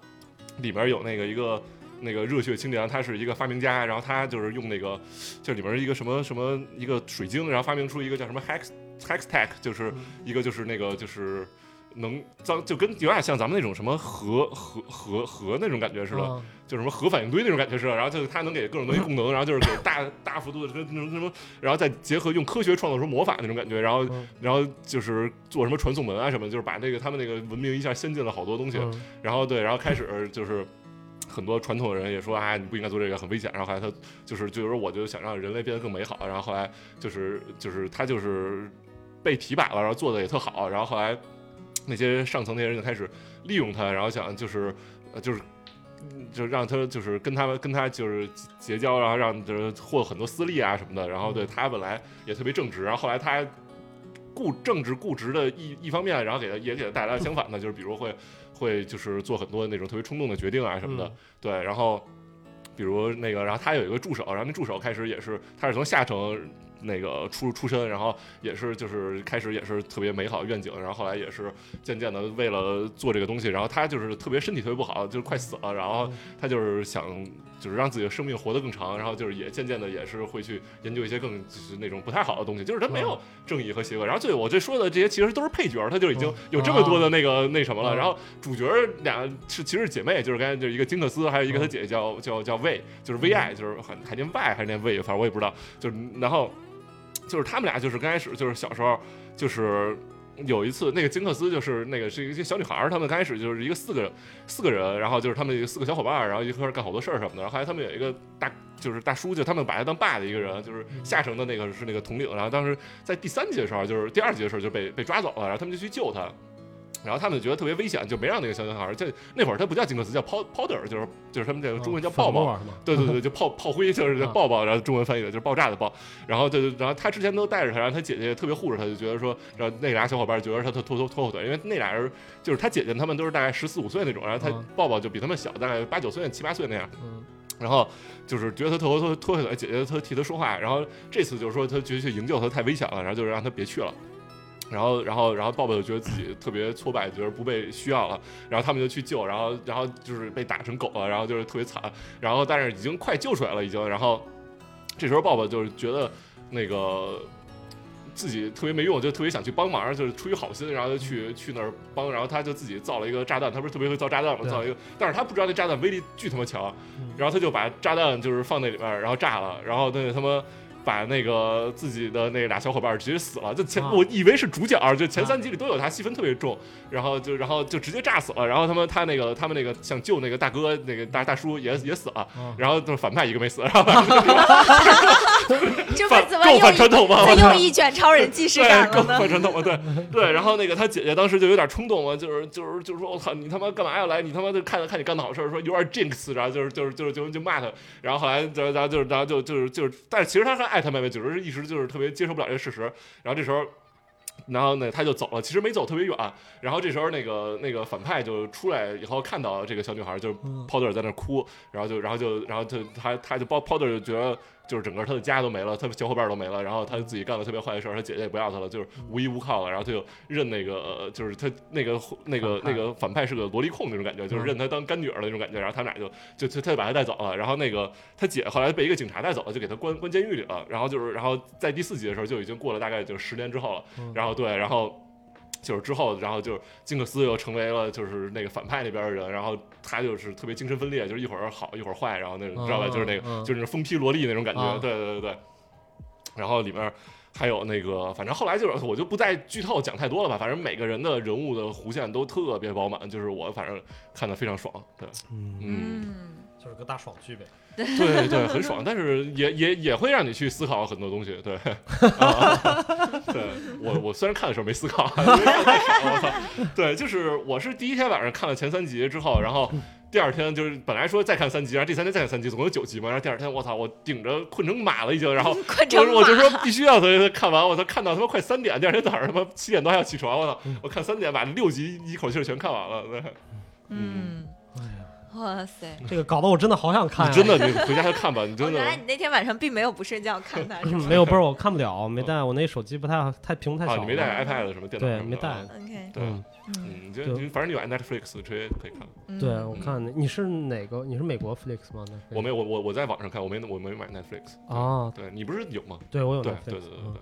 D: 里面有那个一个那个热血青年，他是一个发明家，然后他就是用那个就里面一个什么什么一个水晶，然后发明出一个叫什么 hex hex tech，就是一个就是那个就是。能脏就跟有点像咱们那种什么核核核核那种感觉似的，
B: 嗯
D: 就什么核反应堆那种感觉似的，然后就是它能给各种东西供能，然后就是给大大幅度的跟那种什么，然后再结合用科学创造出魔法那种感觉，然后
B: 嗯
D: 然后就是做什么传送门啊什么的，就是把那个他们那个文明一下先进了好多东西，
B: 嗯
D: 然后对，然后开始就是。很多传统的人也说啊，你不应该做这个，很危险。然后后来他就是就是，我就想让人类变得更美好。然后后来就是就是他就是被提拔了，然后做的也特好。然后后来那些上层那些人就开始利用他，然后想就是呃就是嗯就让他就是跟他们跟他就是结交，然后让就是获很多私利啊什么的。然后对他本来也特别正直，然后后来他嗯固正直固执的一一方面，然后给他也给他带来了相反的，就是比如会会就是做很多那种特别冲动的决定啊什么的。
B: 嗯
D: 对，然后比如那个，然后他有一个助手，然后那助手开始也是他是从下城。那个出出身，然后也是就是开始也是特别美好的愿景，然后后来也是渐渐的为了做这个东西，然后他就是特别身体特别不好，就是快死了，
B: 嗯
D: 然后他就是想就是让自己的生命活得更长，然后就是也渐渐的也是会去研究一些更就是那种不太好的东西，就是他没有
B: 嗯
D: 正义和邪恶。然后就我这说的这些其实都是配角，他就已经
B: 嗯
D: 有这么多的那个那什么了。
B: 嗯
D: 然后主角俩是其实是姐妹，就是刚才就是一个金克斯，还有
B: 嗯
D: 一个她姐姐叫叫叫魏，就是 VI，就是还还念 Y 还是念 V，反正我也不知道。就是然后就是他们俩就是刚开始就是小时候就是。有一次，那个金克斯就是那个是一个小女孩儿，他们刚开始就是一个四个四个人，然后就是他们四个小伙伴儿，然后一块儿干好多事儿什么的。然后后来他们有一个大，就是大叔，就他们把他当爸的一个人，就是下城的那个是那个统领。然后当时在第三集的时候，就是第二集的时候就被被抓走了，然后他们就去救他。然后他们就觉得特别危险，就没让那个小女孩儿。这那会儿他不叫金克斯，叫 pow- powder，就是就是他们这个
B: 哦
D: 中文叫爆爆。
B: 是吗？
D: 对对对，就炮炮灰就是
B: 啊
D: 爆爆，然后中文翻译的就是爆炸的爆。然后就然后他之前都带着他，然后他姐姐特别护着他，就觉得说，然后那俩小伙伴觉得他特拖拖拖后腿，因为那俩人就是他姐姐他们都是大概十四五岁那种，然后他
B: 嗯
D: 抱抱就比他们小大概八九岁七八岁那样。
B: 嗯
D: 然后就是觉得他头拖拖下来，姐姐她替他说话，然后这次就是说他觉得去营救他太危险了，然后就是让他别去了。然后，然后，然后，鲍勃就觉得自己特别挫败，觉得不被需要了，然后他们就去救，然后，然后就是被打成狗了，然后就是特别惨，然后但是已经快救出来了，已经，然后这时候鲍勃就是觉得那个自己特别没用，就特别想去帮忙，就是出于好心，然后就
B: 嗯
D: 去去那儿帮，然后他就自己造了一个炸弹，他不是特别会造炸弹嘛，
B: 对
D: 造了一个，但是他不知道那炸弹威力巨他妈强
B: 嗯，
D: 然后他就把炸弹就是放那里边儿，然后炸了，然后那他妈。把那个自己的那俩小伙伴儿直接死了，就前、
B: 啊
D: 我以为是主角儿，就前三集里都有他，戏份特别重，然后就然后就直接炸死了，然后他们他那个他们那个想救那个大哥那个大大叔也也死了，
B: 啊
D: 然后就是反派一个没死，然后反
C: 这不
D: 反
C: 怎么
D: 够
C: 又
D: 反
C: 一
D: 传统吗？
C: 这
D: 我操
C: 又一卷超人既视
D: 对，
C: 感
D: 够
C: 了
D: 反
C: 呢？
D: 传统了，对对。然后那个他姐姐当时就有点冲动嘛，就是就是就是说，我操，你他妈干嘛要来？你他妈就看看你干的好事儿，说 you are jinx，然后就是就是就是就就骂他。然后后来，然后然后就是然后就就是就是，但是其实他还爱他妹妹，只是一直就是特别接受不了这个事实。然后这时候。然后呢，他就走了，其实没走特别远。然后这时候，那个那个反派就出来以后，看到这个小女孩，就是
B: 嗯
D: Powder 在那儿哭，然后就然后就然后他他他就包 Powder 就觉得就是整个他的家都没了，他的小伙伴都没了，然后他自己干了特别坏的事儿，他姐姐也不要他了，就是
B: 嗯
D: 无依无靠了，然后他就认那个呃就是他那个那个
B: 反派
D: 那个反派是个萝莉控那种感觉，就是
B: 嗯
D: 认他当干女儿的那种感觉，然后他们俩就就就他就把他带走了，然后那个他姐后来被一个警察带走了，就给他关关监狱里了，然后就是然后在第四集的时候就已经过了大概就十年之后了，
B: 嗯
D: 然后对，然后就是之后，然后就是金克斯又成为了就是那个反派那边的人，然后他就是特别精神分裂，就是一会儿好一会儿坏，然后那种
B: 嗯
D: 知道吧，就是那个、
B: 嗯
D: 就是疯批萝莉那种感觉，
B: 啊
D: 对对对对。然后里面还有那个，反正后来就是我就不再剧透讲太多了吧，反正每个人的人物的弧线都特别饱满，就是我反正看的非常爽，对，
B: 嗯，
D: 嗯，
C: 嗯，
B: 就是个大爽剧呗。
D: 对对，很爽，但是也也也会让你去思考很多东西，对，啊、对我我虽然看的时候没思考，因为看太少了我操对，就是我是第一天晚上看了前三集之后，然后。第二天就是本来说再看三集，然后第三天再看三集，总共有九集嘛。然后第二天我操，我顶着困成马了已经，然 后
C: 快
D: 我
C: 成
D: 说我就
C: 马
D: 说必须要他看完，我操，看到他妈快三点，第二天早上他妈七点多还要起床，我操，我看三点把六集一口气儿全看完了，对
C: 嗯，
B: 哎呀，
C: 哇塞！
B: 这个哎搞得我真的好想看、
D: 你
B: 啊，
D: 真的你回家就看吧，你
C: 哦，
D: 真的
C: 原来你那天晚上并没有不睡觉看它是
B: 嗯
C: 吗
B: 没有，不是我看不了，没带我那手机不太太屏幕太小
D: 嗯啊，
B: 了，
D: 你没带 iPad 什么电脑
B: 对
D: 什么
B: 没
D: 的
B: 带
D: 啊
C: ？OK，
D: 对，
B: 嗯
C: 嗯，
D: 嗯，就
B: 对
D: 你反正你有 Netflix 直接可以看。
C: 嗯
B: 对，我看你是哪个？你是美国 Flix 吗？那是
D: 我没有，我我我在网上看，我没我没买 Netflix。
B: 啊，
D: 对你不是有吗？
B: 对我有
D: 对
B: Netflix，
D: 对对对
B: 嗯
D: 对，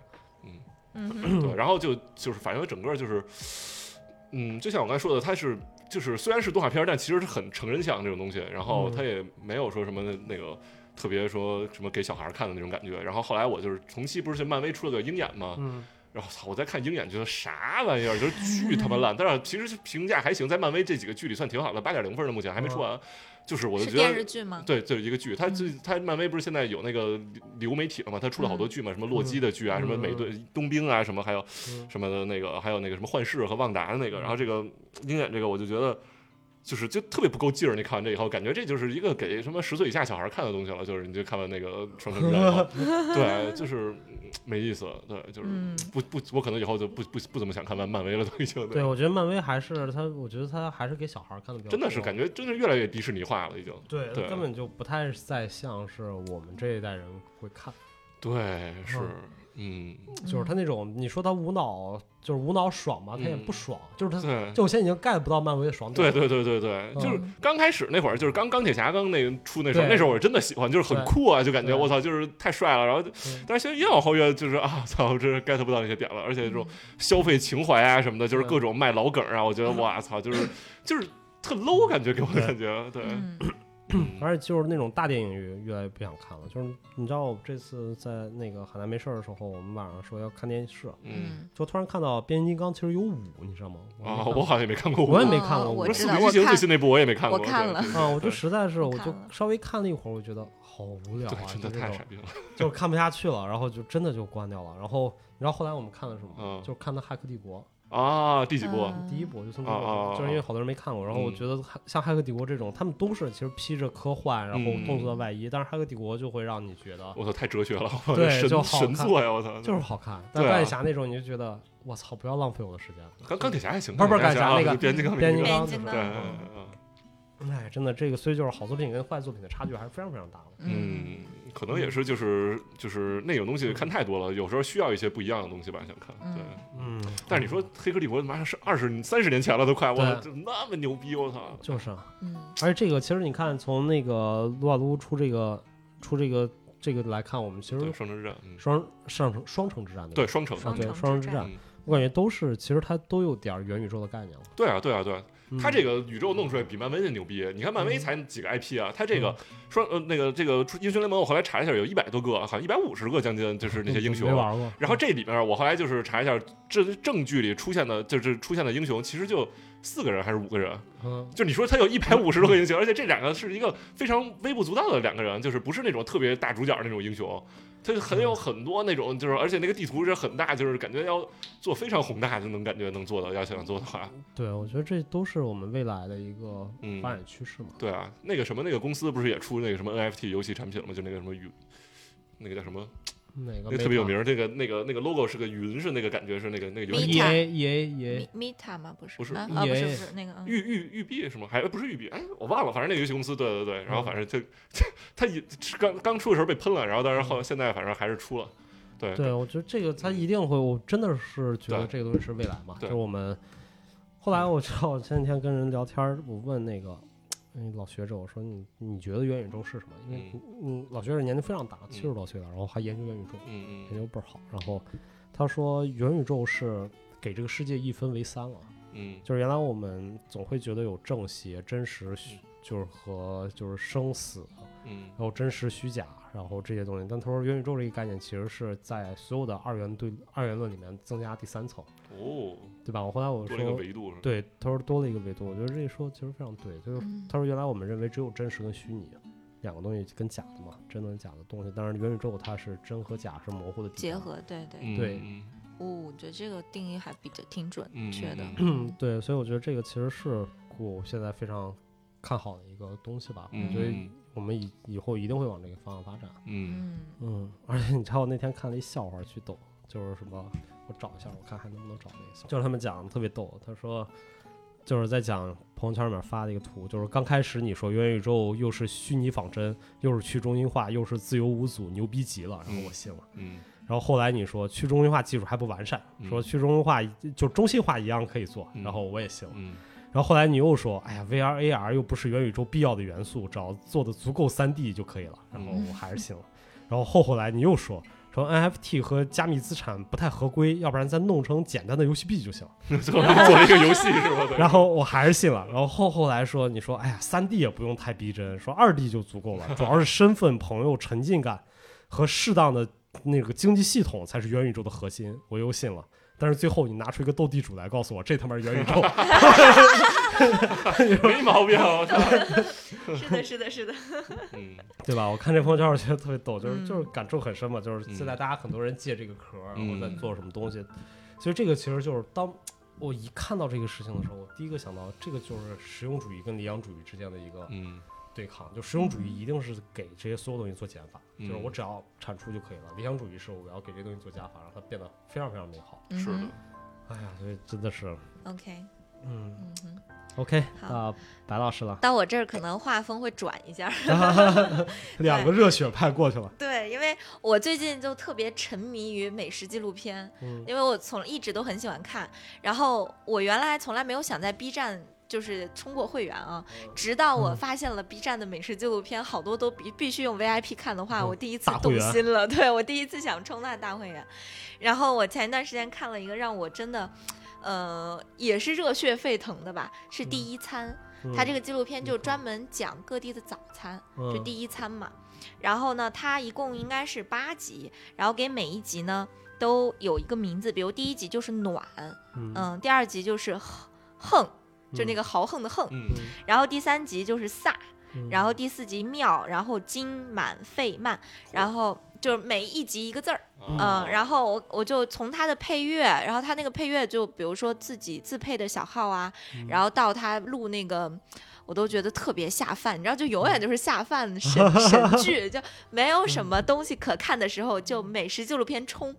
C: 嗯哼
D: 对，然后就就是反正整个就是，嗯，就像我刚才说的，它是就是虽然是动画片儿，但其实是很成人向这种东西，然后
B: 嗯
D: 它也没有说什么那个。特别说什么给小孩儿看的那种感觉，然后后来我就是同期不是漫威出了个鹰眼吗？
B: 嗯，
D: 然后操，我在看鹰眼觉得啥玩意儿，就是巨他妈烂，但是其实评价还行，在漫威这几个剧里算挺好的，八点零分呢，目前还没出完。就是我就是觉得
C: 电视嗯剧吗？
D: 对，就是一个剧。它最它漫威不是现在有那个流媒体了嘛？它出了好
C: 嗯
D: 多剧嘛，什么洛基的剧啊，
B: 嗯
D: 什么美队、冬兵啊，什么还有
B: 嗯
D: 什么的那个，还有那个什么幻视和旺达的那个。然后这个鹰眼这个，我就觉得。就是就特别不够劲儿，你看完这以后，感觉这就是一个给什么十岁以下小孩看的东西了。就是你就看完那个《双城之战》以后，对，就是嗯没意思。对，就是
C: 嗯
D: 不不，我可能以后就不不不怎么想看漫漫威了，都已经。
B: 对，我觉得漫威还是他，我觉得他还是给小孩看的比较多，
D: 真的是感觉真的越来越迪士尼化了，已经。
B: 对，
D: 对
B: 根本就不太再像是我们这一代人会看，
D: 对，是，嗯，
B: 就是他那种你说他无脑，就是无脑爽吧，他也
D: 嗯
B: 不爽，就是他，
D: 对。
B: 就我现在已经 get 不到漫威的爽
D: 对
B: 点，
D: 对对对对，就是
C: 嗯
D: 刚开始那会儿，就是刚钢铁侠刚那个出那时候，
B: 对
D: 那时候我是真的喜欢，就是很
B: 对
D: 酷啊，就感觉
B: 对
D: 我操，就是太帅了。然后就，但是现在越往后越就是啊，操，我真是 get 不到那些点了。而且这种消费情怀啊什么的，就是
B: 对嗯
D: 各种卖老梗啊，我觉得哇操，就是就是特 low 感觉给我的
B: 对
D: 感觉。对，
C: 嗯
B: 而且就是那种大电影越越来越不想看了，就是你知道我这次在那个海南没事儿的时候，我们晚上说要看电视，
D: 嗯，
B: 就突然看到变形金刚其实有五，你知道吗？我没
D: 啊，
B: 看
D: 我好像也没看过，
B: 我也
D: 没
B: 没看过
C: 哦
B: 我
C: 我
D: 《
C: 知
D: 速
C: 道，
D: 度与
C: 我
D: 激情》
C: 看
D: 最新那部我也没看过，
C: 我看
D: 对
C: 了
D: 对对
B: 啊，我
D: 对
B: 就实在是，
C: 我
B: 我就
C: 看了
B: 稍微看了一会儿，我觉得好无聊啊，
D: 对，真的
B: 就那
D: 太
B: 种
D: 傻逼了。
B: 就是看不下去了，然后就真的就关掉了。然后你知道后来我们看了什么吗
D: 嗯？
B: 就是看的《骇客帝国
D: 啊，第几部啊？》
B: 第一部，就从
D: 哦哦哦嗯
B: 就是因为好多人没看过。然后我觉得像《骇客帝国》这种，他们都是其实披着科幻，
D: 嗯
B: 然后动作外衣，但是《骇客帝国》就会让你觉得
D: 我操，太哲学了，
B: 对
D: 神
B: 就好
D: 神
B: 看
D: 作呀！我操，
B: 就是好看。但
D: 对啊
B: 钢铁侠那种，你就觉得我操，不要浪费我的时间了。
D: 钢钢铁侠还行，
B: 不是不是
D: 钢铁侠
B: 钢铁侠那
D: 啊
B: 个
D: 变形金刚，
B: 变形
D: 钢
B: 金刚
C: 变
B: 就是
C: 形金
D: 对，嗯
C: 刚
D: 嗯嗯
B: 哎，真的这个，所以就是好作品跟坏作品的差距还是非常非常大的。
D: 嗯，可能也是就是就是那种东西看太多了，有时候需要一些不一样的东西吧，想看。对，
B: 嗯，
D: 但是你说《黑客帝国》妈是二十三十年前了，都快，我操，
B: 对
D: 就那么牛逼，我操！
B: 就是啊，
C: 嗯
B: 而且这个其实你看，从那个撸啊撸出这个出这个这个来看，我们其
D: 对，
B: 实
D: 双城之战，嗯，
B: 双上城双城之战那个
D: 对，双城，
B: 啊对
C: 双城之
B: 双城之
C: 战
B: 战
D: 嗯，
B: 我感觉都是其实它都有点儿元宇宙的概念了。
D: 对啊，对啊，对啊，
B: 嗯
D: 他这个宇宙弄出来比漫威的牛逼。你看漫威才几个 IP 啊，他这
B: 嗯
D: 个双呃那个这个英雄联盟，我后来查一下有一百多个，好像一百五十个将近，就是那些英
B: 嗯
D: 雄
B: 没。玩过，
D: 然后这里面我后来就是查一下，这正剧里出现的，就是出现的英雄，其实就四个人还是五个人。
B: 嗯
D: 就你说他有一百五十多个英雄，而且这两个是一个非常微不足道的两个人，就是不是那种特别大主角那种英雄。他很
B: 嗯
D: 有很多那种，就是而且那个地图是很大，就是感觉要做非常宏大，就能感觉能做到。要想做的话，
B: 对，我觉得这都是我们未来的一个
D: 嗯，
B: 发展趋势嘛。
D: 对啊，那个什么，那个公司不是也出那个什么 NFT 游戏产品了吗？就那个什么云，那个叫什么？
B: 哪个
D: 那个特别有名儿，那个那个那个 logo 是个云，是那个感觉是那个那个游戏
B: ？E
D: 公司
B: A E A E A，
C: ，Mi Mita 吗？不是，
D: 不是
C: 啊，啊不是
B: EA
C: 不是那个，嗯
D: 玉玉玉币是吗？还不是玉币？哎，我忘了，反正那个游戏公司，对对对。然后
B: 嗯
D: 反正就它也刚刚出的时候被喷了，然后但是
B: 嗯
D: 后现在反正还是出了。对
B: 对，我觉得这个它一定会，我真的是觉得
D: 对
B: 这个东西是未来嘛，就
D: 对
B: 是我们。后来我知道，我前几天跟人聊天儿，我问那个。嗯老学者，我说你你觉得元宇宙是什么？因为
D: 嗯
B: 嗯，老学者年龄非常大，七十多岁了，然后还研究元宇宙，
D: 嗯
B: 研
D: 嗯
B: 究倍儿好。然后他说，元宇宙是给这个世界一分为三了，啊
D: 嗯
B: 就是原来我们总会觉得有正邪、真实虚，就是和就是生死，
D: 嗯
B: 然后真实虚假，然后这些东西。但他说元宇宙这个概念其实是在所有的二元对二元论里面增加第三层，
D: 嗯，哦，
B: 对吧？我后来我
D: 多了一个
B: 说，
D: 维度是吧？
B: 对，他说多了一个维度，我觉得这一说其实非常对，就是
C: 嗯
B: 他说原来我们认为只有真实跟虚拟。两个东西跟假的嘛，真的假的东西。但是元宇宙它是真和假是模糊的地带
C: 结合，对对，
D: 嗯
B: 对
D: 嗯
C: 哦，我觉得这个定义还比较挺准
D: 嗯
C: 确的，
B: 嗯， 对，所以我觉得这个其实是我现在非常看好的一个东西吧。
D: 嗯
B: 我觉得我们以以后一定会往这个方向发展。
D: 嗯
C: 嗯，
B: 嗯， 而且你知道我那天看了一笑话去逗，就是什么，我找一下，我看还能不能找那个笑话，就是他们讲的特别逗，他说。就是在讲朋友圈里面发的一个图，就是刚开始你说元宇宙又是虚拟仿真，又是去中心化，又是自由无阻，牛逼极了，然后我信了。
D: 嗯
B: 然后后来你说去中心化技术还不完善，
D: 嗯
B: 说去中心化就中心化一样可以做，
D: 嗯
B: 然后我也信了。
D: 嗯
B: 然后后来你又说，哎呀，VR、AR 又不是元宇宙必要的元素，只要做的足够3 D 就可以了。然后我还是信了。然后后后来你又说，说 NFT 和加密资产不太合规，要不然咱弄成简单的游戏币就行。
D: 嗯，最后做了一个游戏是 吧？对
B: 然后我还是信了。然后后后来说，你说，哎呀，3 D 也不用太逼真，说2 D 就足够了，主要是身份、朋友、沉浸感和适当的那个经济系统才是元宇宙的核心。我又信了。但是最后你拿出一个斗地主来告诉我，这他妈是元宇宙，
D: 没毛病，啊我操。
C: 是的，是的，是的，
D: 嗯
B: 对吧？我看这朋友圈，我觉得特别逗，就是、
C: 嗯
B: 就是感触很深嘛。就是
D: 嗯
B: 现在大家很多人借这个壳，然后
D: 嗯
B: 在做什么东西，所以这个其实就是当我一看到这个事情的时候，我第一个想到这个就是实用主义跟理想主义之间的一个
D: 嗯
B: 对抗。就实用主义一定是给这些所有东西做减法，
D: 嗯
B: 就是我只要产出就可以了；理想主义是我要给这东西做加法，让它变得非常非常美好。
C: 嗯
D: 是的
C: 哼，
B: 哎呀，所以真的是，
C: ，OK，
B: 嗯
C: 嗯哼。
B: ，OK，
C: 好
B: 到白老师
C: ，
B: 了
C: 到我这儿可能画风会转一下，
B: 两个热血派过去了，
C: 对，因为我最近就特别沉迷于美食纪录片，
B: 嗯
C: 因为我从一直都很喜欢看，然后我原来从来没有想在 B 站。就是充过会员啊，直到我
B: 嗯
C: 发现了 B 站的美食纪录片，好多都必必须用 VIP 看的话，
B: 嗯
C: 我第一次
B: 大会
C: 动
B: 员
C: 心了。对我第一次想充那大会员，然后我前一段时间看了一个让我真的，呃，也是热血沸腾的吧，是
B: 嗯
C: 第一餐，它这个纪录片就专门讲各地的早餐，
B: 个
C: 就第一餐嘛。然后呢，它一共应该是八集，然后给每一集呢都有一个名字，比如第一集就是暖，
B: 嗯
C: 嗯，第二集就是横横，就那
B: 嗯
C: 个豪横的横，
D: 嗯
B: 嗯
C: 然后第三集就是飒，
B: 嗯
C: 然后第四集妙，然后金满费曼，然后就是每一集一个字儿。嗯，然后我我就从他的配乐，然后他那个配乐就比如说自己自配的小号啊，
D: 嗯
C: 然后到他录那个，我都觉得特别下饭，你知道，就永
D: 嗯
C: 远就是下饭神
D: 嗯
C: 神剧，就没有什么东西可看的时候，就美食纪录片冲。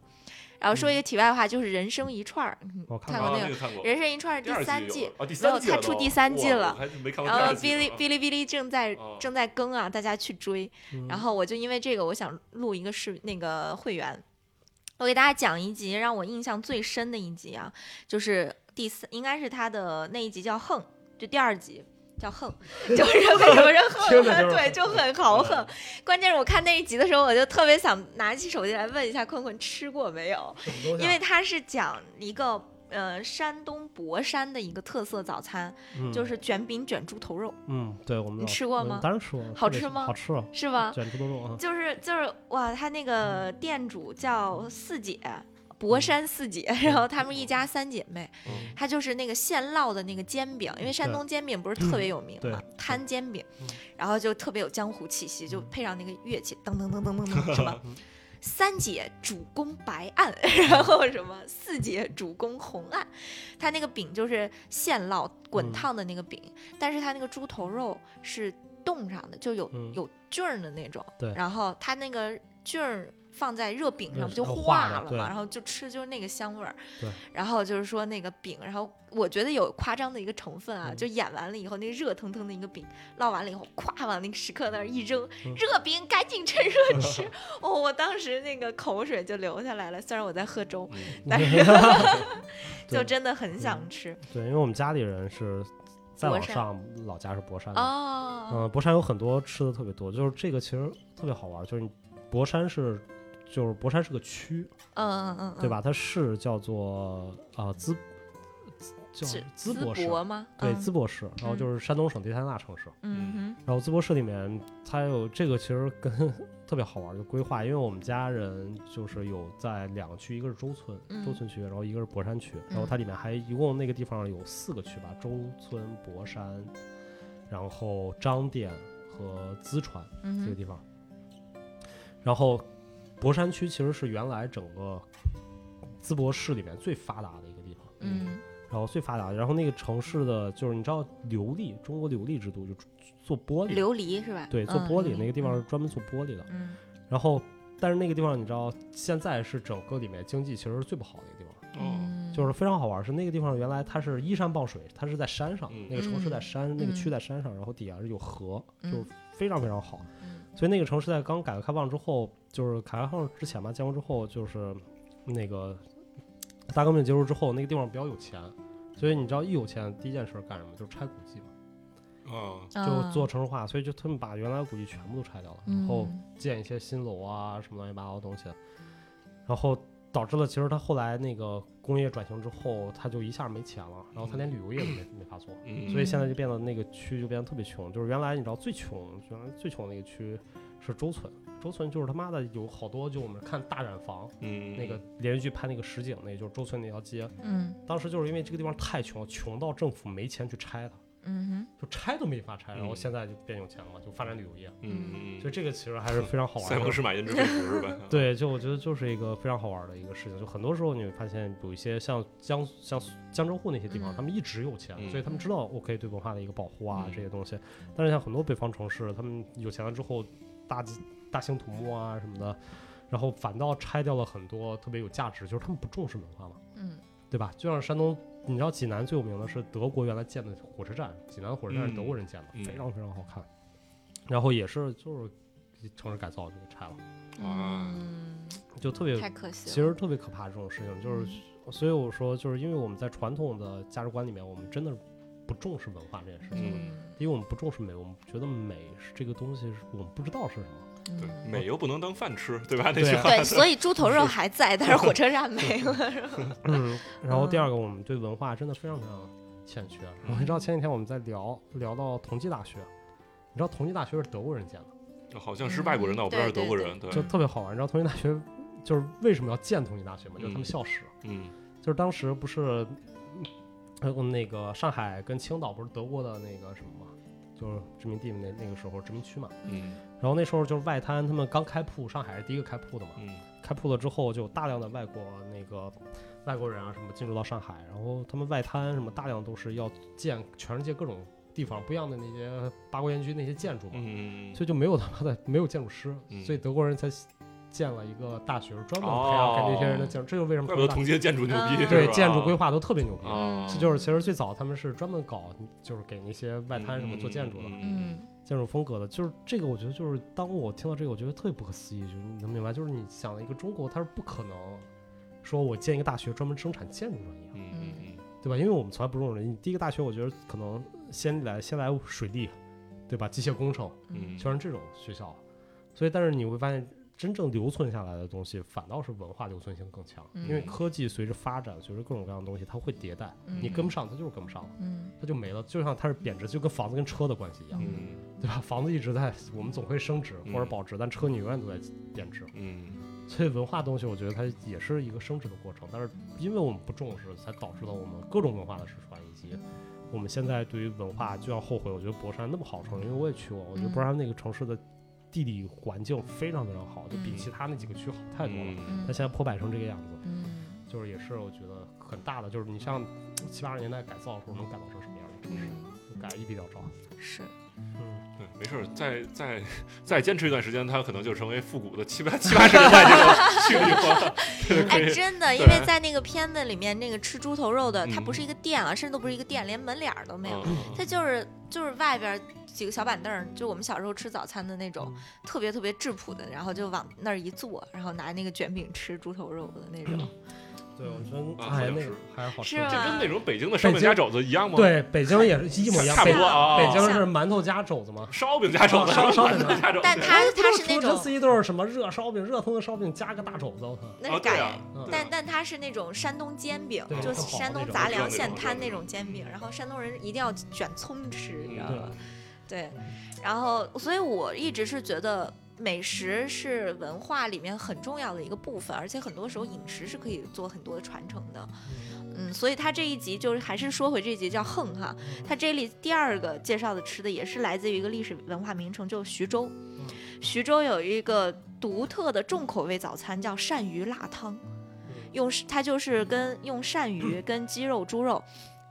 C: 然后
D: 嗯
C: 说一个题外话，就是《人生一串儿》，嗯
B: 我看
C: 看
B: 过
C: 过
D: 啊
C: 那
D: 那
C: 个
D: 个看过
C: 《人生一串儿》
D: 第二
C: 三
D: 季有
C: 季
D: 了，啊，第
C: 没有
D: 三季了
C: 它出
D: 都
C: 第三季
D: 哇
C: 了
D: 我还没看过
C: 然
D: 第
C: 后
D: 二季
C: 哔哩
D: 呢
C: 哔哩哔哩正在
D: 哦
C: 正在更啊，大家去追。然后我就因为这个，我想录一个视那个会员，我给大家讲一集让我印象最深的一集啊，就是第三，应该是他的那一集叫《横》，就第二集。叫横， 就是为什么是
B: 听
C: 横
B: 着
C: 呢？
B: 就是
C: 对，就很豪横
D: 嗯。
C: 关键是我看那一集的时候，我就特别想拿起手机来问一下坤坤吃过没有，
B: 什么东西啊
C: 因为他是讲一个呃山东博山的一个特色早餐，
B: 嗯
C: 就是卷饼卷猪头肉，
B: 嗯，对我们
C: 你
B: 老
C: 吃过
B: 嗯
C: 吗
B: 当然吃过，特
C: 好
B: 别
C: 吃
B: 香
C: 吗
B: 好吃啊，
C: 是吧？
B: 卷猪头肉啊，
C: 就是就是哇，他那个店主叫四姐。
B: 嗯
C: 博山四姐，然后她们一家三姐妹，
D: 嗯
C: 她就是那个现烙的那个煎饼，因为山
B: 对嗯
C: 东煎饼不是特别有名
B: 对
C: 嘛，摊煎饼
B: 嗯，
C: 然后就特别有江湖气息，就配上那个乐器，噔噔噔噔 噔噔，
B: 嗯
C: 什么三姐主攻白案，然后
B: 嗯
C: 什么四姐主攻红案，它那个饼就是现烙滚
B: 嗯
C: 烫的那个饼，但是它那个猪头肉是冻上的，就有、
B: 嗯
C: 有菌儿的那种。
B: 对
C: 然后它那个菌儿放在热饼
B: 热
C: 上不就
B: 呃
C: 化
B: 化了
C: 了
B: 对
C: 嘛，然后就吃就是那个香味儿。
B: 对。
C: 然后就是说那个饼，然后我觉得有夸张的一个成分啊，
B: 嗯
C: 就演完了以后，那热腾腾的一个饼烙完了以后，咵往那个食客那儿一扔，
B: 嗯
C: 热饼赶紧趁 热吃。哦，我当时那个口水就流下来了，虽然我在喝粥，
D: 嗯
C: 但是 就
B: 对嗯
C: 真的很想吃。
B: 对，因为我们家里人是再
C: 博
B: 往
C: 山
B: 上，老家是博山的，
C: 哦，
B: 嗯，博山有很多吃的特别多，就是这个其实特别好玩，就是你博山是，就是博山是个区，
C: 嗯嗯嗯，嗯
B: 对？吧？它市叫做呃淄，叫
C: 是
B: 淄博市，
C: 吗？
B: 对，
C: 嗯
B: 淄博市，然后就
C: 嗯
B: 是山东省第三大城市。
C: 嗯
B: 然后淄博市里面，它有这个其实跟 特别好玩的规划，因为我们家人就是有在两个区，一个是周村，
C: 嗯
B: 周村区，然后一个是博山区，然后
C: 嗯
B: 它里面还一共那个地方有四个区吧，周村、博山，然后张店和淄川
C: 哼
B: 这个
C: 嗯
B: 地方。然后博山区其实是原来整个淄博市里面最发达的一个地方，
C: 哼，嗯
B: 然后最发达的，然后那个城市的就是你知道琉璃，中国琉璃之都就做玻璃，
C: 琉璃是吧？
B: 对，做玻璃、那个地方是
C: 是
B: 专门做玻璃的。
C: 嗯
B: 然后，但是那个地方你知道，现在是整个里面经济其实是最不好的一个地方，
D: 哦
C: 嗯，
B: 就是非常好玩。是那个地方原来它是依山傍水，它是在山上，
D: 嗯
B: 那个城市在山，那个区
C: 嗯
B: 在山上，然后底下是有河，
C: 嗯
B: 就是非常非常好。
C: 嗯
B: 所以那个城市在刚改革开放之后，就是改革开放之前吧，建国之后就是那个大革命结束之后，那个地方比较有钱，所以你知道一有钱第一件事儿干什么？就是拆古迹嘛，
D: 哦，
B: 就做城市化，所以就他们把原来的古迹全部都拆掉了，然后
C: 嗯嗯
B: 建一些新楼啊什么乱七八糟的东西，然后导致了其实他后来那个工业转型之后，他就一下没钱了，然后他连旅游业都没没法做，
D: 嗯，
B: 所以现在就变得那个区就变得特别穷，就是原来你知道最穷，原来最穷的那个区是周村，周村就是他妈的有好多就我们看大染坊
D: 嗯
B: 那个连续剧拍那个实景，那就是周村那条街，
C: 嗯
B: 当时就是因为这个地方太穷了，穷到政府没钱去拆它，
C: 嗯
B: 就拆都没法拆，然后
D: 嗯
B: 现在就变有钱了嘛，就发展旅游业，
D: 嗯，嗯
B: 所以这个其实还是非常好
D: 塞
B: 玩
D: 翁
B: 的。
D: 失马焉知非福是吧？
B: 对，就我觉得就是一个非常好玩的一个事情，就很多时候你会发现有一些像江像江浙沪那些地方，
C: 嗯
B: 他们一直有钱，
D: 嗯
B: 所以他们知道 OK 对文化的一个保护啊、
D: 嗯
B: 这些东西，但是像很多北方城市，他们有钱了之后大集大兴土木啊什么的，然后反倒拆掉了很多特别有价值，就是他们不重视文化嘛。
C: 哼嗯
B: 对吧？就像山东，你知道济南最有名的是德国原来建的火车站，济南火车站是德国人建的，
D: 嗯嗯
B: 非常非常好看。然后也是就是城市改造就给拆了，
D: 啊，
C: 嗯，
B: 就特别
C: 太可惜了。
B: 其实特别可怕这种事情，就是、所以我说就是因为我们在传统的价值观里面，我们真的不重视文化这件事情，
C: 嗯
B: 因为我们不重视美，我们觉得美是这个东西是我们不知道是什么。
D: 对，
C: 嗯
D: 美又不能当饭吃，对吧？那
B: 对
D: 句
B: 啊
D: 话，
C: 对，所以猪头肉还在，但是火车站没了。
B: 嗯， 然后第
C: 嗯
B: 二个，我们对文化真的非常非常欠缺。我知道前几天我们在聊聊到同济大学，你知道同济大学是德国人建的，
D: 好像是外国人的，我不知道是德国人，对，
B: 就特别好玩。你知道同济大学就是为什么要建同济大学吗？就是他
D: 嗯
B: 们校史，
D: 嗯
B: 就是当时不是，呃，我们那个上海跟青岛不是德国的那个什么嘛，就是殖民地那那个时候殖民区嘛。
D: 嗯
B: 然后那时候就是外滩他们刚开铺，上海是第一个开铺的嘛。
D: 嗯
B: 开铺了之后，就有大量的外国那个外国人啊什么进入到上海，然后他们外滩什么大量都是要建全世界各种地方不一样的那些八国园区那些建筑嘛，
D: 嗯，
B: 所以就没有他妈的没有建筑师，
D: 嗯
B: 所以德国人才建了一个大学，专门培养给那些人的建筑。这就是为什么
D: 哦怪不得
B: 大
D: 同街建筑牛逼，
C: 嗯
D: 是
B: 对
D: 吧
B: 建筑规划都特别牛逼。
D: 啊，
B: 这就是其实最早他们是专门搞，就是给那些外滩什么做建筑的、
D: 嗯
C: 嗯
B: 建筑风格的。就是这个，我觉得就是当我听到这个，我觉得特别不可思议。就是你能明白，就是你想了一个中国，它是不可能说我建一个大学专门生产建筑专业的，
D: 嗯嗯嗯
B: 对吧？因为我们从来不这种人。你第一个大学，我觉得可能先来先来水利，对吧？机械工程，
D: 嗯，
B: 全是这种学校。啊所以，但是你会发现，真正留存下来的东西，反倒是文化留存性更强，因为
D: 嗯
B: 科技随着发展，随着各种各样的东西，它会迭代，
C: 嗯
B: 你跟不上，它就是跟不上了，
C: 嗯
B: 它就没了。就像它是贬值，就跟房子跟车的关系一样，
D: 嗯
B: 对吧？房子一直在，我们总会升值
D: 嗯
B: 或者保值，但车你永远都在贬值。
D: 嗯
B: 所以文化东西，我觉得它也是一个升值的过程，但是因为我们不重视，才导致了我们各种文化的失传，以及我们现在对于文化就要后悔。我觉得博山那么好城市，因为我也去过，我觉得
C: 嗯
B: 博山那个城市的地理环境非常非常好，就比
C: 嗯
B: 其他那几个区好太多了。
D: 嗯
C: 嗯
B: 但现在破败成这个样子，
C: 嗯
B: 就是也是我觉得很大的，就是你像七八十年代改造的时候能改造成什么样的城市，
C: 嗯
B: 就改得一笔了招。
C: 是
B: 嗯，
D: 对，没事儿，再再再坚持一段时间，它可能就成为复古的七八七八十年代这种去地方了。对，可
C: 哎，
D: 以。
C: 真的，因
D: 对
C: 为在那个片子里面，那个吃猪头肉的，它
D: 嗯
C: 不是一个店啊，甚至都不是一个店，连门脸儿都没有，
D: 嗯
C: 它就是就是外边儿几个小板凳儿，就我们小时候吃早餐的那
D: 嗯
C: 种，特别特别质朴的，然后就往那儿一坐，然后拿那个卷饼吃猪头肉的那种。
D: 嗯
B: 对，我觉得
D: 啊好
B: 哎
D: 像
B: 那
D: 是
B: 个还是好吃
C: 是。
D: 这跟
C: 吗
D: 那种北京的烧饼夹肘子一样吗？，
B: 对，北京也是一模一样，
D: 差不
B: 北
D: 多啊。
B: 北京是馒头加肘子吗？
D: 烧饼夹肘子，
B: 烧烧饼
D: 馒头夹肘子，
C: 但它
B: 哎不
D: 哦
C: 它是那
B: 除
C: 种
B: 了这一顿什么热烧饼、热腾腾烧饼加个大肘子，我操！
C: 那
D: 啊
C: 是
D: 对
C: 改，
D: 啊，
B: 嗯
D: 对啊
C: 但但它是那种山东煎饼
B: 对，
C: 就
B: 特
C: 是
B: 好
C: 山
B: 那
C: 东
B: 种
C: 杂
D: 我知道
C: 粮
D: 那
C: 现
D: 种
C: 摊
D: 我
C: 那
D: 知道
C: 种煎饼，然后山东人一定要卷葱吃，你知道
D: 嗯
C: 吧？对，然后所以我一直是觉得。美食是文化里面很重要的一个部分，而且很多时候饮食是可以做很多的传承的。嗯，所以他这一集就是还是说回这一集叫横哈，他这里第二个介绍的吃的也是来自于一个历史文化名城，就是徐州。徐州有一个独特的重口味早餐叫鳝鱼辣汤，用它就是跟用鳝鱼跟鸡肉、猪肉。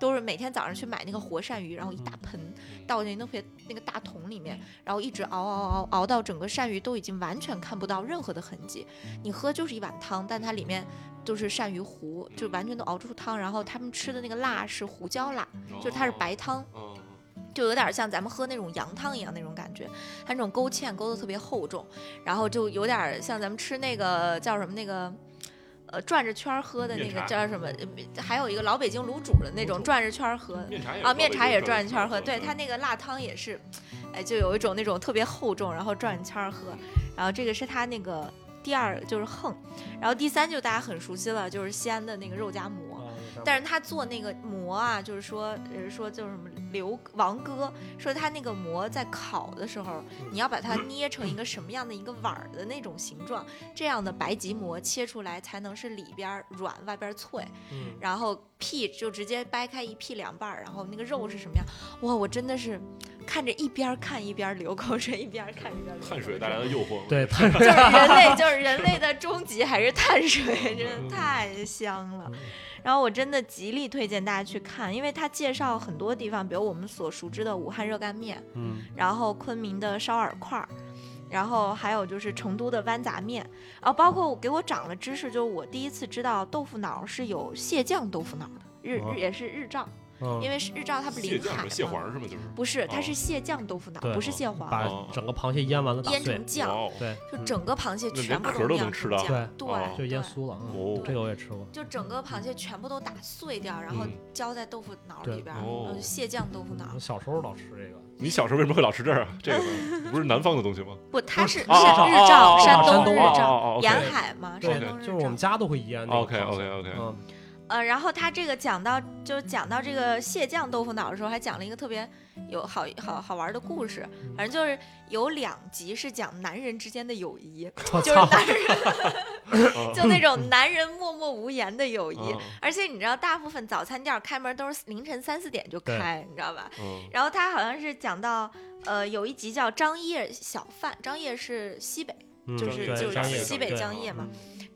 C: 都是每天早上去买那个活鳝鱼，然后一大盆倒进那特别那个大桶里面，然后一直熬熬熬熬到整个鳝鱼都已经完全看不到任何的痕迹。你喝就是一碗汤，但它里面都是鳝鱼糊，就完全都熬出汤。然后他们吃的那个辣是胡椒辣，就是它是白汤，
D: 哦。嗯
C: 就有点像咱们喝那种羊汤一样那种感觉，它那种勾芡勾的特别厚重，然后就有点像咱们吃那个叫什么那个。呃，转着圈儿喝的那
D: 面
C: 个
D: 茶
C: 叫什么？呃还有一个老北京卤煮的那
B: 卤
C: 种
B: 煮
C: 转着圈儿喝
D: 面茶也
C: 啊，面茶也转着
D: 着
C: 圈儿喝。对，它那个辣汤也是，哎，就有一种那种特别厚重，然后转着圈儿喝。然后这个是它那个第二就是横，然后第三就大家很熟悉了，就是西安的那个肉夹
B: 嗯
C: 馍。但是他做那个馍啊，就是说，呃，说就是什么刘王哥说他那个馍在烤的时候，你要把它捏成一个什么样的一个碗儿的那种形状，这样的白吉馍切出来才能是里边儿软外边儿脆，
B: 嗯，
C: 然后屁就直接掰开一屁两半儿，然后那个肉是什么样？哇，我真的是看着一边儿看一边儿流口水，一边儿看一边儿流口
D: 碳水
C: 水
D: 带来的诱惑，
B: 对，它
C: 就是人类，就是人类的终极还是碳水，
D: 嗯
C: 真的太香了。然后我真的极力推荐大家去看，因为它介绍很多地方，比如我们所熟知的武汉热干面，
B: 嗯，
C: 然后昆明的烧耳块儿。然后还有就是成都的豌杂面，啊，包括给我长了知识，就是我第一次知道豆腐脑是有蟹酱豆腐脑的，日
B: 哦
C: 日也是日照，
B: 嗯，
C: 因为是日照它不
D: 蟹
C: 临
D: 酱
C: 海
D: 是蟹
C: 嘛，
D: 黄是吗？就是
C: 不是，它
D: 哦
C: 是蟹酱豆腐脑，
B: 对
C: 不是蟹黄，
B: 把整个螃蟹腌完了打
C: 腌
B: 碎
C: 成，酱，
D: 哇哦
B: 对，
C: 就整个螃蟹
D: 那连
C: 全部
D: 壳都
C: 酿
D: 能
C: 成
D: 吃到
C: 酱对
D: 哦，
B: 就腌
C: 对
B: 酥了。
D: 哦
B: 嗯，这个我也吃过。
C: 就整个螃蟹全部都打碎掉，然后
D: 嗯
C: 浇在豆腐脑
B: 对
C: 里边儿，
D: 哦
C: 然后蟹酱豆腐脑
B: 我。小时候老吃这个，
D: 你小时候为什么会老吃这儿啊？这个呢不是南方的东西吗？
C: 不，它是是日
D: 哦哦哦哦
C: 照，
D: 哦
C: 山
B: 哦山
C: 东
B: 东
C: 日
B: 哦
D: 哦哦
C: 照，
D: ，OK
C: 沿海嘛，
B: 对
C: 山东，日
B: 就是我们
C: 照。
B: 家都会腌那个
D: OK，OK，OK
B: 螃蟹 嗯
C: 呃，然后它这个讲到，就讲到这个蟹酱豆腐脑的时候，还讲了一个特别有好好好玩的故事。
B: 嗯
C: 反正就是有两集是讲男人之间的 友谊，
B: 我
C: 就是
B: 操，
C: 男人
D: 哦
C: 就那种男人默默无言的友谊
D: 嗯。
C: 而且你知道，大部分早餐店儿开门都是凌晨三四点就
B: 对
C: 开，你知道吧？
D: 嗯
C: 然后他好像是讲到，呃，有一集叫张掖小贩，张掖是西北，
B: 嗯
C: 就是
B: 对
C: 就
B: 江
C: 是
B: 夜
C: 西北
B: 对嗯
C: 江夜嘛。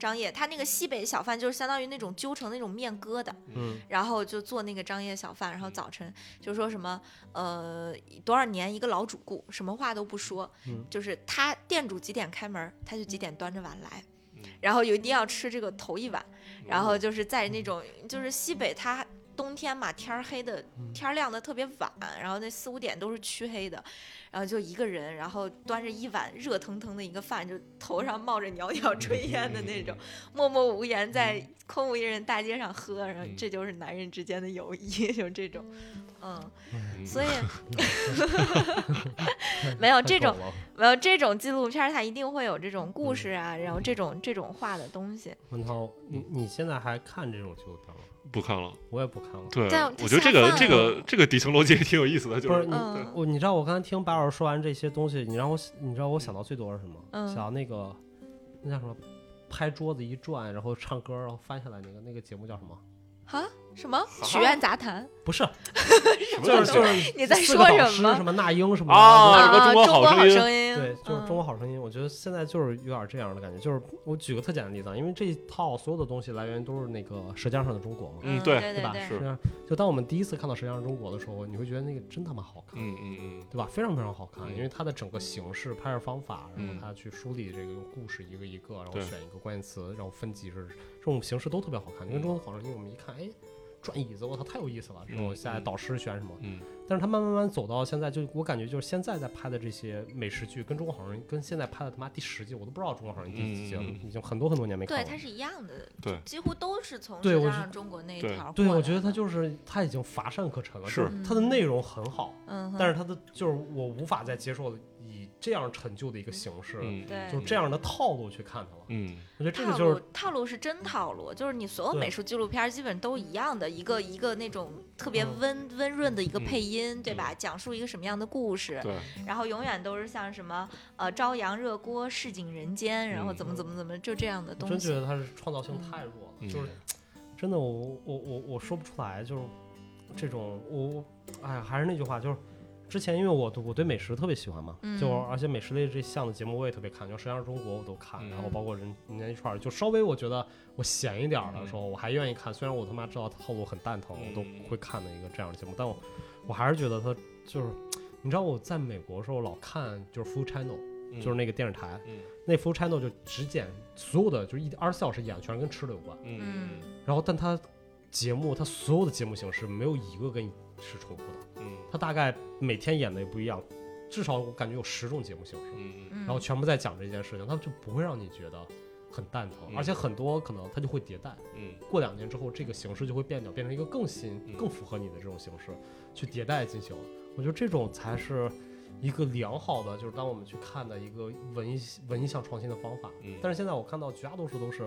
C: 张掖，他那个西北小贩就是相当于那种揪成那种面疙瘩，
B: 嗯，
C: 然后就做那个张掖小贩，然后早晨就说什么呃多少年一个老主顾，什么话都不说，
B: 嗯
C: 就是他店主几点开门，他就几点端着碗来
D: 嗯，
C: 然后一定要吃这个头一碗，然
D: 哦
C: 后就是在那种就是西北它。冬天嘛，天儿黑的，天儿亮的特别晚，然后那四五点都是黢黑的，然后就一个人，然后端着一碗热腾腾的一个饭，就头上冒着袅袅炊烟的那种，默默无言在空无一人大街上喝，然后
D: 嗯
C: 这就是男人之间的友谊， 就这种，嗯，
D: 嗯
C: 所以没
B: 哦
C: 有这种
B: 太狗了
C: 没有这种纪录片儿，它一定会有这种故事啊，然后这种这种话的东西。
B: 文涛，你你现在还看这种纪录片吗？
D: 不看了。
B: 我也不看了。
D: 对
C: 但，
D: 我
C: 它
D: 觉得这
C: 下
D: 个
C: 饭
D: 这
C: 了
D: 个这个底层逻辑也挺有意思的，就
B: 不是
D: 是
B: 你
C: 嗯
B: 我你知道我刚才听白老师说完这些东西，你让我你知道我想到最多是什么？
C: 嗯
B: 想到那个那叫什么？拍桌子一转，然后唱歌，然后翻下来那个那个节目叫什么？
C: 啊，什么许愿杂 谈？
B: 不是，
D: 什么
B: 就
D: 东
B: 是
D: 西
B: 就
D: 啊
B: 是
C: 你在
B: 四
C: 说
B: 个导
C: 什
B: 师
C: 么
B: 什么那英什么
D: 啊
B: 的
D: 什么
C: 啊，
D: 中
C: 国
D: 国好声音
C: 声音
B: 对，就是《中国
C: 嗯
B: 好声音》，我觉得现在就是有点这样的感觉。就是我举个特简单的例子，啊，因为这一套所有的东西来源都是那个《舌尖上的中国》嘛，
D: 嗯
C: 对
D: 对
B: 对吧？
C: 对，
B: 是啊。就当我们第一次看到《舌尖上的中国》的时候，你会觉得那个真他妈好看，
D: 嗯嗯嗯，
B: 对吧？非常非常好看，
D: 嗯
B: 因为它的整个形式、拍摄方法，然后
D: 嗯
B: 它去梳理这个用故事一个一个，然后
D: 对
B: 选一个关键词，然后分级是这种形式都特别好看。因为《中国好声音》，我们一看，哎，转椅子，我操，太有意思了！这种
D: 嗯嗯
B: 下来
D: 嗯
B: 导师选什么？
D: 嗯
B: 但是他慢慢慢走到现在，就我感觉就是现在在拍的这些美食剧，跟《中国好声音》跟现在拍的他妈第十季，我都不知道《中国好声音》第几季了，
D: 嗯嗯嗯
B: 已经很多很多年没看
C: 对，
B: 了。
C: 它是一样的，
D: 对
C: 几乎都是从
B: 对
C: 《
B: 我
C: 舌
B: 觉
C: 尖
B: 得
C: 上中国》那一
D: 对
C: 条
B: 对，
C: 过
B: 我
C: 来
B: 觉得
C: 的
B: 他就是他已经乏善可陈了，
D: 是
B: 就他的内容很好，
C: 嗯哼，
B: 但是他的就是我无法再接受以这样陈旧的一个形式，
D: 嗯，
C: 对
B: 就是这样的套路去看他了。
D: 嗯，
B: 我觉得这个
C: 哎套
B: 就
C: 路
B: 是
C: 套路是真套路，就是你所有
B: 对
C: 美术纪录片儿基本都一样的，一个一个那种特别
B: 嗯
C: 温、温润的一个
D: 嗯
C: 配音，对吧？讲述一个什么样的故事，
D: 对，
C: 然后永远都是像什么呃朝阳热锅市井人间，然后
D: 嗯
C: 怎么怎么怎么就这样的
B: 我
C: 东
B: 真觉
C: 西。
B: 得他是创造性太弱了，
D: 嗯
B: 就是真的我我我我说不出来，就是这种我我哎呀还是那句话，就是之前因为我我对美食特别喜欢嘛，
C: 嗯
B: 就而且美食类这项的节目我也特别看，就《舌尖上中国》我都看，
D: 嗯
B: 然后包括人人家一串儿，就稍微我觉得我闲一点儿的时候，我还愿意看，虽然我他妈知道套路很蛋疼，我都
D: 嗯
B: 会看的一个这样的节目，但我我还是觉得它就是。你知道我在美国的时候老看就是 Food Channel，、就是那个电视台，
D: 嗯
B: 那 Food Channel 就只剪所有的，就是一二十四小时演全是跟吃的有关。
D: 嗯
C: 嗯
B: 然后，但它节目它所有的节目形式没有一个跟是重复的，
D: 嗯
B: 它大概每天演的也不一样，至少我感觉有十种节目形式，
D: 嗯
C: 嗯，
B: 然后全部在讲这件事情，它就不会让你觉得很蛋疼，
D: 嗯
B: 而且很多可能它就会迭代，
D: 嗯
B: 过两年之后这个形式就会变掉，变成一个更新
D: 嗯、
B: 更符合你的这种形式去迭代进行。我觉得这种才是一个良好的，就是当我们去看的一个文艺文艺向创新的方法。
D: 嗯
B: 但是现在我看到绝大多数都是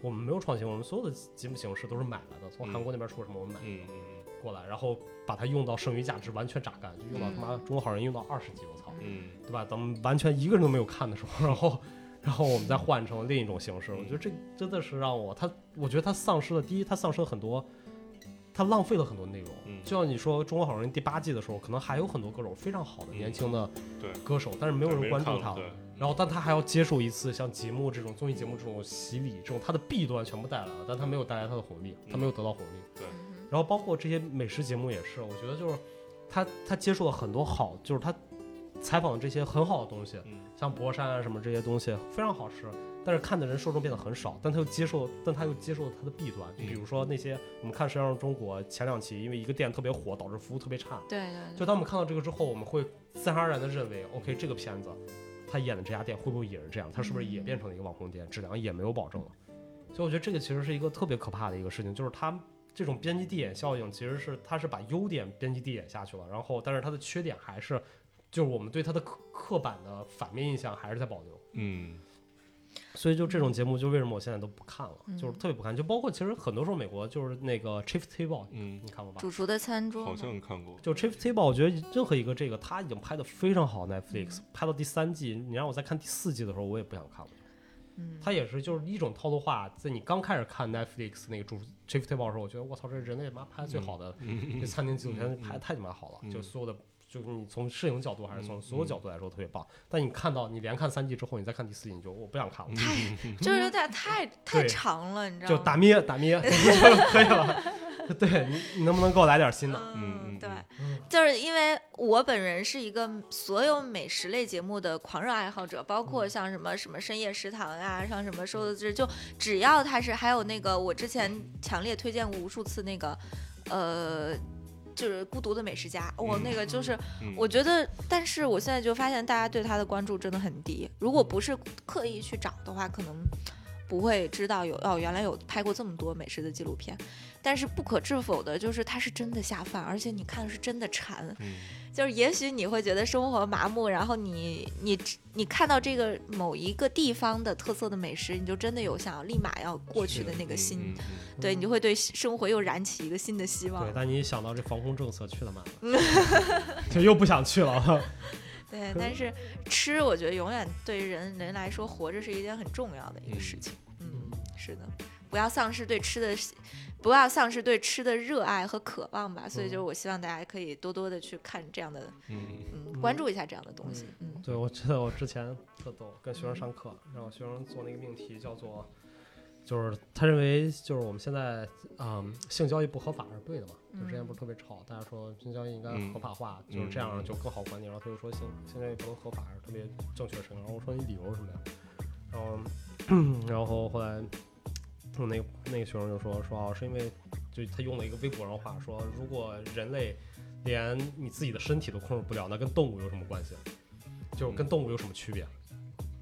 B: 我们没有创新，我们所有的节目形式都是买来的，从韩国那边出什么我们买
D: 嗯嗯
B: 过来，然后把它用到剩余价值完全榨干，就用到他妈中国好人用到二十集，我操，
D: 嗯
B: 对吧？咱们完全一个人都没有看的时候，然后。然后我们再换成另一种形式，我觉得这真的是让我他，我觉得他丧失了第一，他丧失了很多，他浪费了很多内容。
D: 嗯
B: 就像你说《中国好声音》第八季的时候，可能还有很多歌手非常好的
D: 嗯
B: 年轻的
D: 对
B: 歌手，但是没有人关注他
D: 他，
B: 了
D: 对。，
B: 然后，但他还要接受一次像节目这种综艺节目这种洗礼，这种他的弊端全部带来了，但他没有带来他的红利，他没有得到红利。
C: 嗯
B: 然后包括这些美食节目也是，我觉得就是他他接触了很多好，就是他采访的这些很好的东西，
D: 嗯
B: 像博山啊什么这些东西非常好吃，但是看的人受众变得很少，但他又接受，但他又接受了他的弊端，就比如说那些我们看《舌尖上的中国》前两期，因为一个店特别火，导致服务特别差，
C: 哼，对对
B: 就
C: 对，
B: 当我们看到这个之后，我们会自然而然的认为，OK，这个片子他演的这家店会不会也是这样？他是不是也变成了一个网红店？质量也没有保证了。所以我觉得这个其实是一个特别可怕的一个事情，就是它这种边际递减效应，其实是它是把优点边际递减下去了，然后但是它的缺点还是，就是我们对它的刻刻板的反面印象还是在保留。
D: 嗯
B: 所以就这种节目，就为什么我现在都不看了，
C: 嗯
B: 就是特别不看。就包括其实很多时候美国就是那个 Chief Table，
D: 嗯，
B: 你看过吧？
C: 主厨的餐桌
D: 好
C: 嘛，
D: 像看过，
B: 就 Chief Table，我觉得任何一个这个他已经拍的非常好，Netflix
D: 嗯
B: 拍到第三季，你让我再看第四季的时候，我也不想看了。
C: 嗯，
B: 他也是就是一种套路化，在你刚开始看 Netflix 那个主 Chief Table 的时候，我觉得我操，这是人类妈拍的最好的
D: 嗯
B: 这餐厅纪录片
D: 嗯
B: 拍的太你妈好了，
D: 嗯
B: 就所有的就是你从摄影角度还是从
D: 嗯
B: 所有角度来说特别棒。但你看到你连看三季之后，你再看第四季，你就我不想
D: 嗯
B: 看了，
C: 就是有点太太
B: 对
C: 长了，你知道
B: 就
C: 吗？
B: 打咩打咩 可以了。 对你，你能不能给我来点新的？
D: 嗯嗯
C: 对
D: 嗯，
C: 就是因为我本人是一个所有美食类节目的狂热爱好者，包
D: 嗯
C: 括像什么什么深夜食堂呀、像什么收的汁，就只要它是，还有那个我之前强烈推荐过无数次那个，呃，就是孤独的美食家，我、
D: 嗯
C: 那个就是
D: 嗯
C: 我觉得，但是我现在就发现大家对他的关注真的很低。如果不是刻意去找的话，可能不会知道有哦，原来有拍过这么多美食的纪录片。但是不可置否的就是，它是真的下饭，而且你看是真的馋。
D: 嗯
C: 就是也许你会觉得生活麻木，然后你你你看到这个某一个地方的特色的美食，你就真的有想要立马要过去的那个心，
D: 嗯嗯嗯
C: 对你就会对生活又燃起一个新的希望
B: 对，。但你一想到这防控政策，去他妈的， 就又不想去了。
C: 对，但是吃，我觉得永远对人人来说，活着是一件很重要的一个事情。嗯，是的，不要丧失对吃的，不要丧失对吃的热爱和渴望吧。所以，就是我希望大家可以多多的去看这样的，
D: 嗯
C: 嗯，关注一下这样的东西。嗯，
B: 对，我记得我之前特逗，跟学生上课，然后学生做那个命题叫做，就是他认为就是我们现在嗯性交易不合法是对的嘛，就之前不是特别吵，大家说性交易应该合法化，就是这样就更好管理，然后他就说性性交易不能合法是特别正确的事情，然后我说你理由是什么呀？然后 然后后来我那个那个学生就说说啊是因为就他用了一个微博上话说，如果人类连你自己的身体都控制不了，那跟动物有什么关系？啊就跟动物有什么区别，啊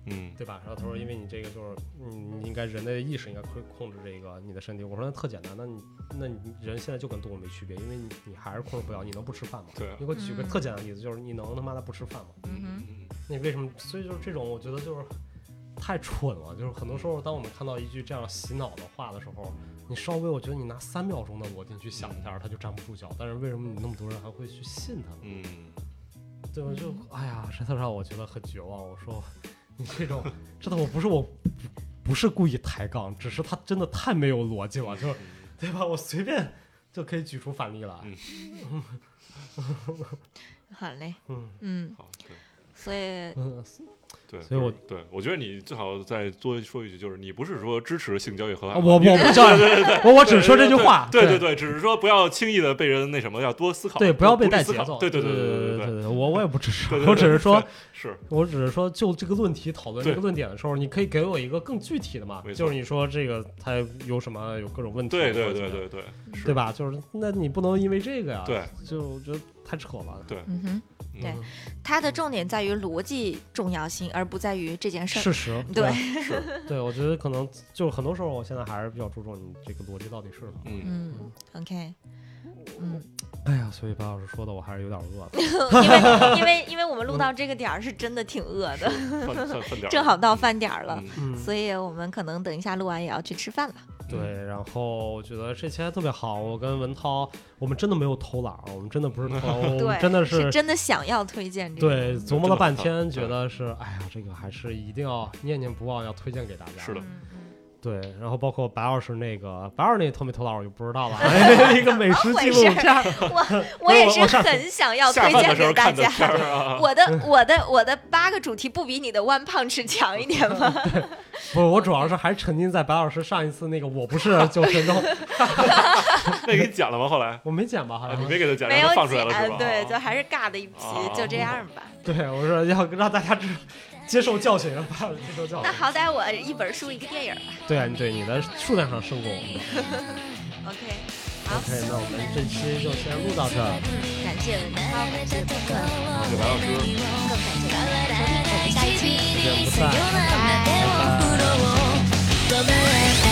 D: 嗯
B: 对吧？然后他说，因为你这个就是，嗯，你应该人类意识应该控控制这个你的身体。我说那特简单，那你那你人现在就跟动物没区别，因为你你还是控制不了，你能不吃饭吗？
D: 对啊
B: 你给我举个
C: 嗯
B: 特简单的例子，就是你能他妈的不吃饭吗？
C: 嗯
D: 嗯
B: 那为什么？所以就是这种，我觉得就是太蠢了。就是很多时候，当我们看到一句这样洗脑的话的时候，你稍微，我觉得你拿三秒钟的逻辑去想一下，他就站不住脚。但是为什么你那么多人还会去信他呢？
D: 嗯
B: 对我就哎呀，这特让我觉得很绝望。我说你这种，真的我不是我不是故意抬杠，只是他真的太没有逻辑了，就是对吧？我随便就可以举出反例来。
D: 嗯
C: 哼，好嘞，
B: 嗯
C: 嗯，
D: 好对
C: 所以
B: 嗯，
D: 对，
B: 所以我
D: 对我觉得你最好再多说一句，就是你不是说支持性交易合法
B: 啊我
D: 化，
B: 我
D: 你
B: 不教育，我我只说这句话。
D: 对
B: 对
D: 对对，只是说不要轻易的被人那什么，要多思考，
B: 对，不要被
D: 独立
B: 带
D: 思
B: 节
D: 考
B: 奏。
D: 对对
B: 对
D: 对
B: 对
D: 对，
B: 对，我我也不支持，
D: 对对
B: 我只
D: 对
B: 是说
D: 对，是
B: 我只是说，就这个论题讨论
D: 对
B: 这个论点的时候，你可以给我一个更具体的嘛
D: 没，错
B: 就是你说这个它有什么有各种问题，
D: 对
B: 或者怎
D: 对
B: 么
D: 对
B: 样
D: 对对是
B: 对吧？就是那你不能因为这个呀，
D: 对，
B: 就我觉得太扯了。
D: 对
C: 嗯哼，
D: 嗯
C: 对，它的重点在于逻辑重要性，而不在于这件事儿。
B: 事实
C: 对，
D: 是，
B: 对，我觉得可能就很多时候，我现在还是比较注重你这个逻辑到底是什么。
D: 嗯
C: 嗯，OK，嗯。
B: 哎呀，所以白老师说的，我还是有点饿了。
C: 因为因为因为我们录到这个点儿是真的挺饿的，
D: 饭饭饭点
C: 嗯
D: 儿
C: 正好到饭点儿了，
D: 嗯
B: 嗯，
C: 所以我们可能等一下录完也要去吃饭了。
B: 对，然后我觉得这期还特别好。我跟文涛，我们真的没有偷懒儿，我们真的不是偷懒 儿，我
C: 对
B: 们，真的
C: 是
B: 是
C: 真的想要推荐这个。
B: 对，琢磨
D: 真
B: 了
D: 的
B: 半
D: 很
B: 天，
D: 好
B: 觉得是，哎呀，这个还是一定要念念不忘，要推荐给大家。
D: 是的
C: 嗯，嗯
B: 对，然后包括白老师那个，白老师那个偷没偷懒儿我就不知道 了，哎一个美食纪录片儿，
C: 我我也是
B: 我上
C: 很想要
D: 下
C: 推
D: 饭
C: 荐
D: 的时
C: 给
D: 候
C: 大
D: 看的
C: 家。
D: 片儿 啊，
C: 我的我的我的八个主题不比你的 One Punch 强一点 吗？
B: 不，我主要是还沉浸在白老师上一次那个我不是九神中，
D: 那给你讲了吗？后来
B: 我没剪吧？好
D: 啊
B: 像
D: 你没给他讲，
C: 没
D: 让
C: 有
D: 他放出
C: 几
D: 来了是吧？
C: 嗯对，就
D: 啊
C: 还是尬的一批，
D: 哦
C: 就这样吧。
B: 对，我说要让大家知接受教训，让白老师接受
D: 哦
B: 教
C: 那
B: 训。
C: 好歹我一本书一个电影吧。
B: 对啊，你对你的数量上胜过我们。
C: OK，好，
B: OK，那我们这期就先录到这儿。
C: 感谢文涛，感谢博客，
D: 谢谢白老师。
C: 更感谢大家的收听，我们下一期。
B: 不见不散。
A: 「止められた